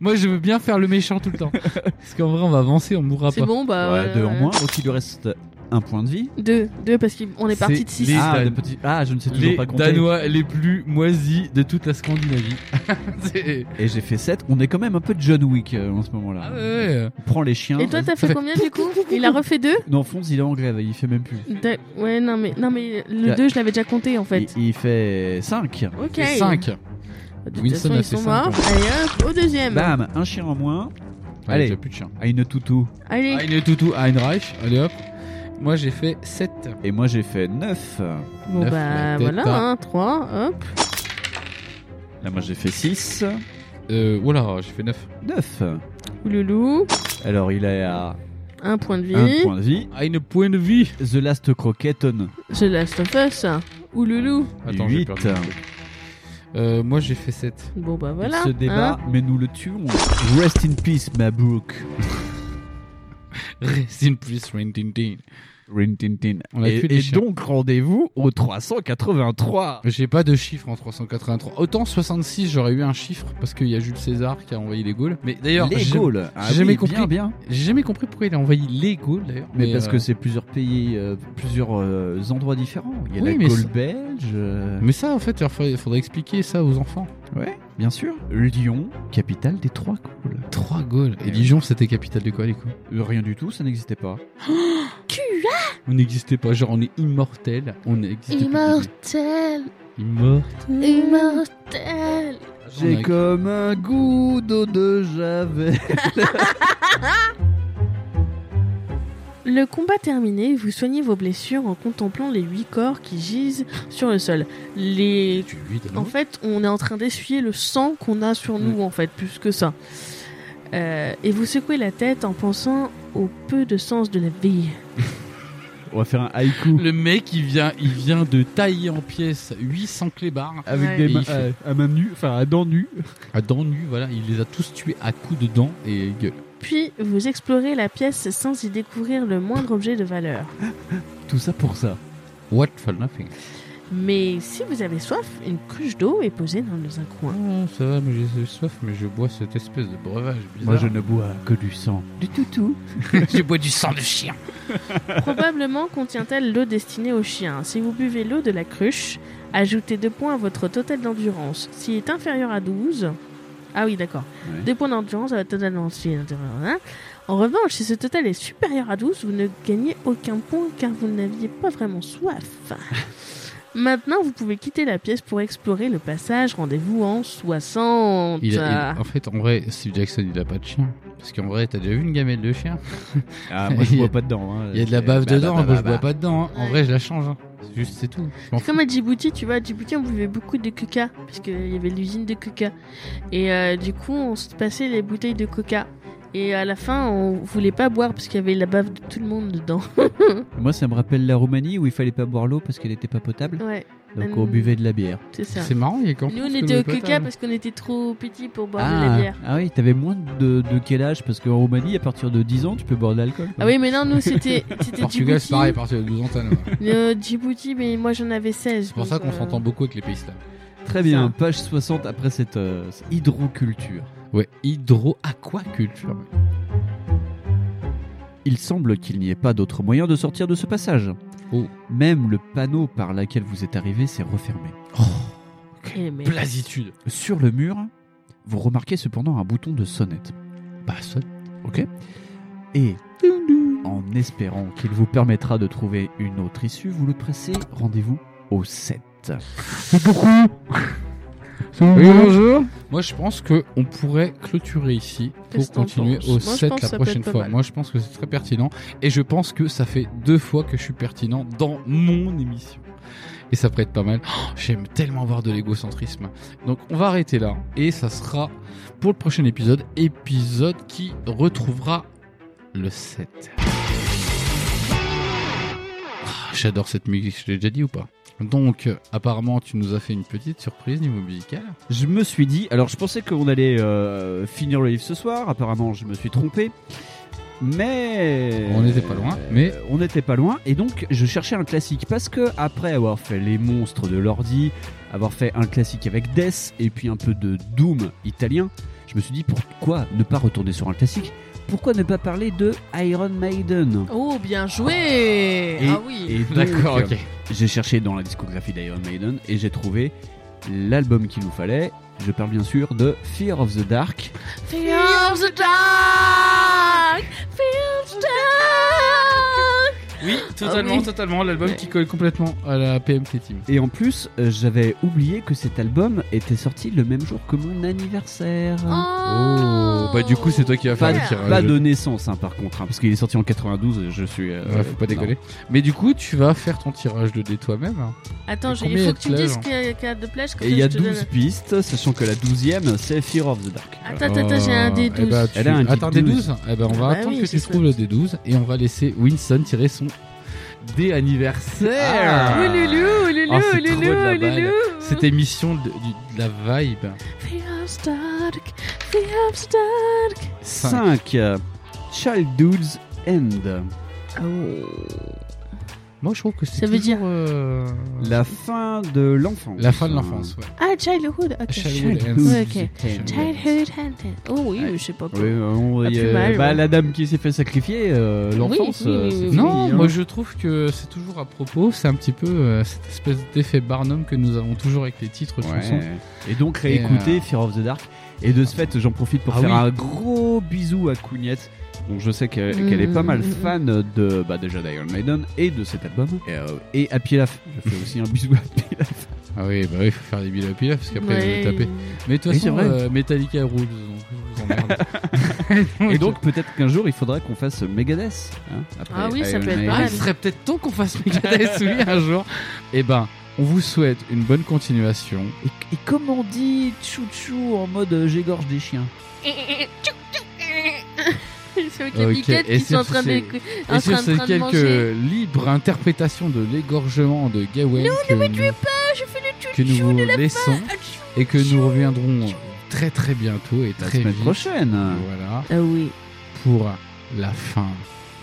moi je veux bien faire le méchant tout le temps. Parce qu'en vrai, on va avancer, on mourra C'est pas. bon, bah. Ouais, euh, deux en moins, donc il lui reste un point de vie. 2, 2 parce qu'on est parti de C'est 6. les- ah, Dan- des petits- ah, je ne sais toujours Les pas compter. Danois les plus moisis de toute la Scandinavie. C'est- Et j'ai fait 7. On est quand même un peu John Wick euh, en ce moment-là. Ah ouais, ouais. On prend les chiens. Et toi, t'as fait, fait- combien du coup Il a refait 2 Non, Fonz, il est en grève, il fait même plus. Ouais, non, mais, non, mais le Ouais. 2, je l'avais déjà compté en fait. Il, il fait 5. Ok. Bah, 5. De toute Winston façon, a ils fait sont cinq, morts. Allez hop, au deuxième. Bam, un chien en moins. Ouais, Allez. j'ai plus de chien. À une toutou. Allez, Eine Toutou, Ein Reich. Ah, Allez hop. Moi j'ai fait 7. Et moi j'ai fait 9. bon neuf, bah la tête, voilà, hein. 3, hop. Là, moi j'ai fait 6. Euh, oula, j'ai fait 9. 9. Ouloulou, Alors, il est à un point de 1 vie. point de vie. Eine Ah, Point de vie. The Last Croqueton. The Last of Us. Ouloulou. j'ai Huit. perdu mon truc. Euh, moi j'ai fait 7. Bon bah voilà. Il se débat, hein. mais nous le tuons. Rest in peace, ma Brooke. Rest in peace, Rin Tin Tin. Rin tin tin. On a tué Et, des et chiens. donc, rendez-vous au 383. J'ai pas de chiffre en 383. Autant 66, j'aurais eu un chiffre parce qu'il y a Jules César qui a envoyé les Gaules. Mais d'ailleurs, les j'ai Gaules. Ah j'ai jamais oui, compris. Bien, bien. j'ai jamais compris pourquoi il a envoyé les Gaules d'ailleurs. Mais, parce euh, que c'est plusieurs pays, euh, plusieurs euh, endroits différents. Il y a Oui, la mais Gaule ça- belge, euh, Mais ça en fait, il faudrait, faudrait expliquer ça aux enfants. bien sûr. Lyon, capitale des trois Gaules. 3 Gaules. Et Ouais. Dijon, c'était capitale de quoi les coups Euh, Rien du tout, ça n'existait pas. On n'existait pas, genre on est immortel. On existe. Immortel, Immortel. immortel. J'ai On a- comme un goût d'eau de Javel. Le combat terminé, vous soignez vos blessures en contemplant les huit corps qui gisent sur le sol. Les Tu lui donnes- En fait, on est en train d'essuyer le sang qu'on a sur nous, en fait, plus que ça. Euh, et vous secouez la tête en pensant au peu de sens de la vie. On va faire un haïku. Le mec, il vient, il vient de tailler en pièces 800 clébards Avec Ouais. des Et mains il fait- à, à main nue, enfin à dents nues. à dents nues, voilà. Il les a tous tués à coups de dents et gueule. Puis, vous explorez la pièce sans y découvrir le moindre objet de valeur. Tout ça pour ça. What for nothing. Mais si vous avez soif, une cruche d'eau est posée dans un coin. Non, ça va, mais j'ai soif, mais je bois cette espèce de breuvage Moi bizarre. je ne bois que du sang. Du toutou. Je bois du sang de chien. Probablement contient-elle l'eau destinée aux chiens. Si vous buvez l'eau de la cruche, ajoutez 2 points à votre total d'endurance. S'il est inférieur à 12... Ah oui, d'accord. Ouais. 2 points d'endurance à votre total d'endurance. hein, En revanche, si ce total est supérieur à 12, vous ne gagnez aucun point car vous n'aviez pas vraiment soif. Maintenant, vous pouvez quitter la pièce pour explorer le passage. Rendez-vous en 60. Il a- il- Ah. en fait, en vrai, Steve Jackson, il a pas de chien. Parce qu'en vrai, t'as déjà vu une gamelle de chien Ah, moi je bois pas dedans. hein. Il y a de la bave Bah, dedans, bah, moi je bah, bois bah. pas dedans. hein. En Ouais. vrai, je la change. hein. C'est Juste, c'est tout. Je m'en C'est fous. comme à Djibouti, tu vois, à Djibouti, on buvait beaucoup de coca, parce qu'il y avait l'usine de coca. Et euh, du coup, on se passait les bouteilles de coca. Et à la fin, on voulait pas boire parce qu'il y avait la bave de tout le monde dedans. Moi ça me rappelle la Roumanie où il fallait pas boire l'eau parce qu'elle était pas potable. Ouais, Donc Hum. on buvait de la bière. c'est ça. C'est marrant, il y a quand Nous, on était au hein. coca parce qu'on était trop petits pour boire de la bière. ah oui, t'avais moins de, de quel âge Parce qu'en Roumanie, à partir de 10 ans, tu peux boire de l'alcool. quoi. Ah oui, mais non, nous, c'était c'était Portugal, Djibouti. c'est pareil, à partir de 12 ans, t'as, non. Euh, Djibouti, mais moi, j'en avais euh, 16. C'est pour ça qu'on s'entend beaucoup avec les pays slaves. Très bien, Ça. page 60 après cette euh, cette hydroculture. Ouais, hydro-aquaculture. Il semble qu'il n'y ait pas d'autre moyen de sortir de ce passage. Oh. Même le panneau par lequel vous êtes arrivé s'est refermé. Blasitude. Sur le mur, vous remarquez cependant un bouton de sonnette. Bah, ça. Ok Et en espérant qu'il vous permettra de trouver une autre issue, vous le pressez. Rendez-vous au 7. bonjour. Moi, je pense que on pourrait clôturer ici pour Qu'est-ce que t'en continuer penses au Moi, je 7 pense que la ça peut prochaine être pas fois. mal. Moi, je pense que c'est très pertinent et je pense que ça fait deux fois que je suis pertinent dans mon émission. Et ça pourrait être pas mal. Oh, J'aime tellement avoir de l'égocentrisme. Donc, on va arrêter là et ça sera pour le prochain épisode, épisode qui retrouvera le 7. Ah, J'adore cette musique, je l'ai déjà dit ou pas Donc, euh, apparemment, tu nous as fait une petite surprise niveau musical. Je me suis dit, alors je pensais qu'on allait euh, finir le livre ce soir, apparemment je me suis trompé. Mais. On n'était pas loin, mais- On n'était pas loin, et donc je cherchais un classique. Parce que, après avoir fait Les monstres de l'ordi, avoir fait un classique avec Death, et puis un peu de Doom italien, je me suis dit pourquoi ne pas retourner sur un classique Pourquoi ne pas parler de Iron Maiden Oh, bien joué Et- Ah oui et donc, euh, J'ai cherché dans la discographie d'Iron Maiden et j'ai trouvé l'album qu'il nous fallait. Je parle bien sûr de Fear of the Dark. Fear of the dark Fear of the dark Oui, totalement, totalement, Ah oui. totalement. L'album Ouais. qui colle complètement à la PMT Team. Et en plus, euh, j'avais oublié que cet album était sorti le même jour que mon anniversaire. Oh, vas Pas, faire le pas de naissance, hein, par contre, hein, parce qu'il est sorti en 92. Je suis. euh, Ouais, faut pas décoller. Mais du coup, tu vas faire ton tirage de dés toi-même. hein. Attends, j'ai- il Combien faut y a que tu me de dises plages qu'il y a, qu'il y a de plages comme Et ça, il y a je te donne- 12 pistes, sachant que la 12ème, c'est Fear of the Dark. Attends, attends, attends, j'ai un Euh, des eh 12. ben, tu- Elle a un Attends, D12. D12 Eh ben, on va Ah bah attendre oui, que c'est tu ça. trouves le D12 et on va laisser Winston tirer son dé anniversaire. Ah. Ouloulou, ouloulou, Ah, c'est trop ouloulou, de la balle. ouloulou. Cette émission de, du- de la vibe. Fear of the dark, fear of the dark. 5. Childhood's euh, End. Oh. Moi, je trouve que c'est Ça veut toujours, dire- euh, La fin de l'enfance. la fin de l'enfance. Ouais. Ah, childhood, ok. Childhood ends. Ouais, ok. Childhood. Childhood and- Oh oui, mais je sais pas quoi. Oui, euh, on- Ah, il y plus a- mal, bah, ouais. La dame qui s'est fait sacrifier, euh, l'enfance. Oui, oui, euh, oui, c'est oui, oui. fini, Non, hein. moi je trouve que c'est toujours à propos, c'est un petit peu euh, cette espèce d'effet Barnum que nous avons toujours avec les titres chansons. Ouais. Et euh, donc réécouter Fear of the Dark. Et de ce fait, j'en profite pour Ah faire oui. un gros bisou à Kougnette. Donc je sais qu'elle Mm, qu'elle est pas mm, mal mm, fan de bah déjà d'Iron Maiden et de cet album. Et, euh, et à Pilaf. Je fais aussi un bisou à Pilaf. Ah oui, bah oui, faut faire des billes à pile parce qu'après Ouais. ils vont taper. Mais de toute Oui, c'est façon, vrai. euh, Metallica rules, donc je vous emmerde. Et donc peut-être qu'un jour il faudra qu'on fasse Megadeth. hein, après Ah oui, ça Iron peut être pas Maiden. Ah, mal. il serait peut-être temps qu'on fasse Megadeth, oui, un jour. Eh ben, on vous souhaite une bonne continuation. Et, et comme on dit chouchou en mode euh, j'égorge des chiens. C'est avec les Ok, piquettes et qui sont en sur train de, ces- en Et sur train, en ces train de quelques manger. libres interprétations de l'égorgement de Gawain que, nous, que nous vous laissons et que nous reviendrons très très bientôt et La très semaine vite. prochaine. Voilà, Ah oui. pour la fin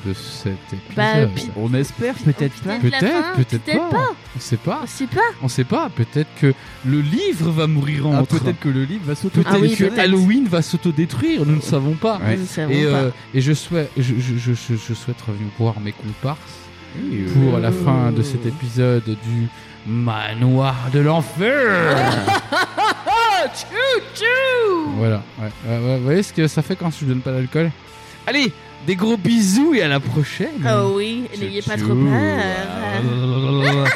de cet épisode. Bah, pi- On espère peut-être pas. de Oh, la fin, Peut-être, peut-être peut-être pas. On sait pas, On sait pas. on sait pas. Peut-être que le livre va mourir en Ah, train. peut-être que le livre va sauter. Peut-être Ah oui, que peut-être. Halloween va s'autodétruire, nous ne savons pas. Ouais. Nous savons Et, pas. euh, et je souhaite, je, je- je- je- je souhaite revenir voir mes comparses Oui, euh, pour la fin de cet épisode du Manoir de l'enfer. voilà. ouais, ouais, ouais. Vous voyez ce que ça fait quand je ne donne pas d'alcool Allez, des Hmm. Oh, gros bisous et à la prochaine. Ah oui, n'ayez pas trop peur. Ah.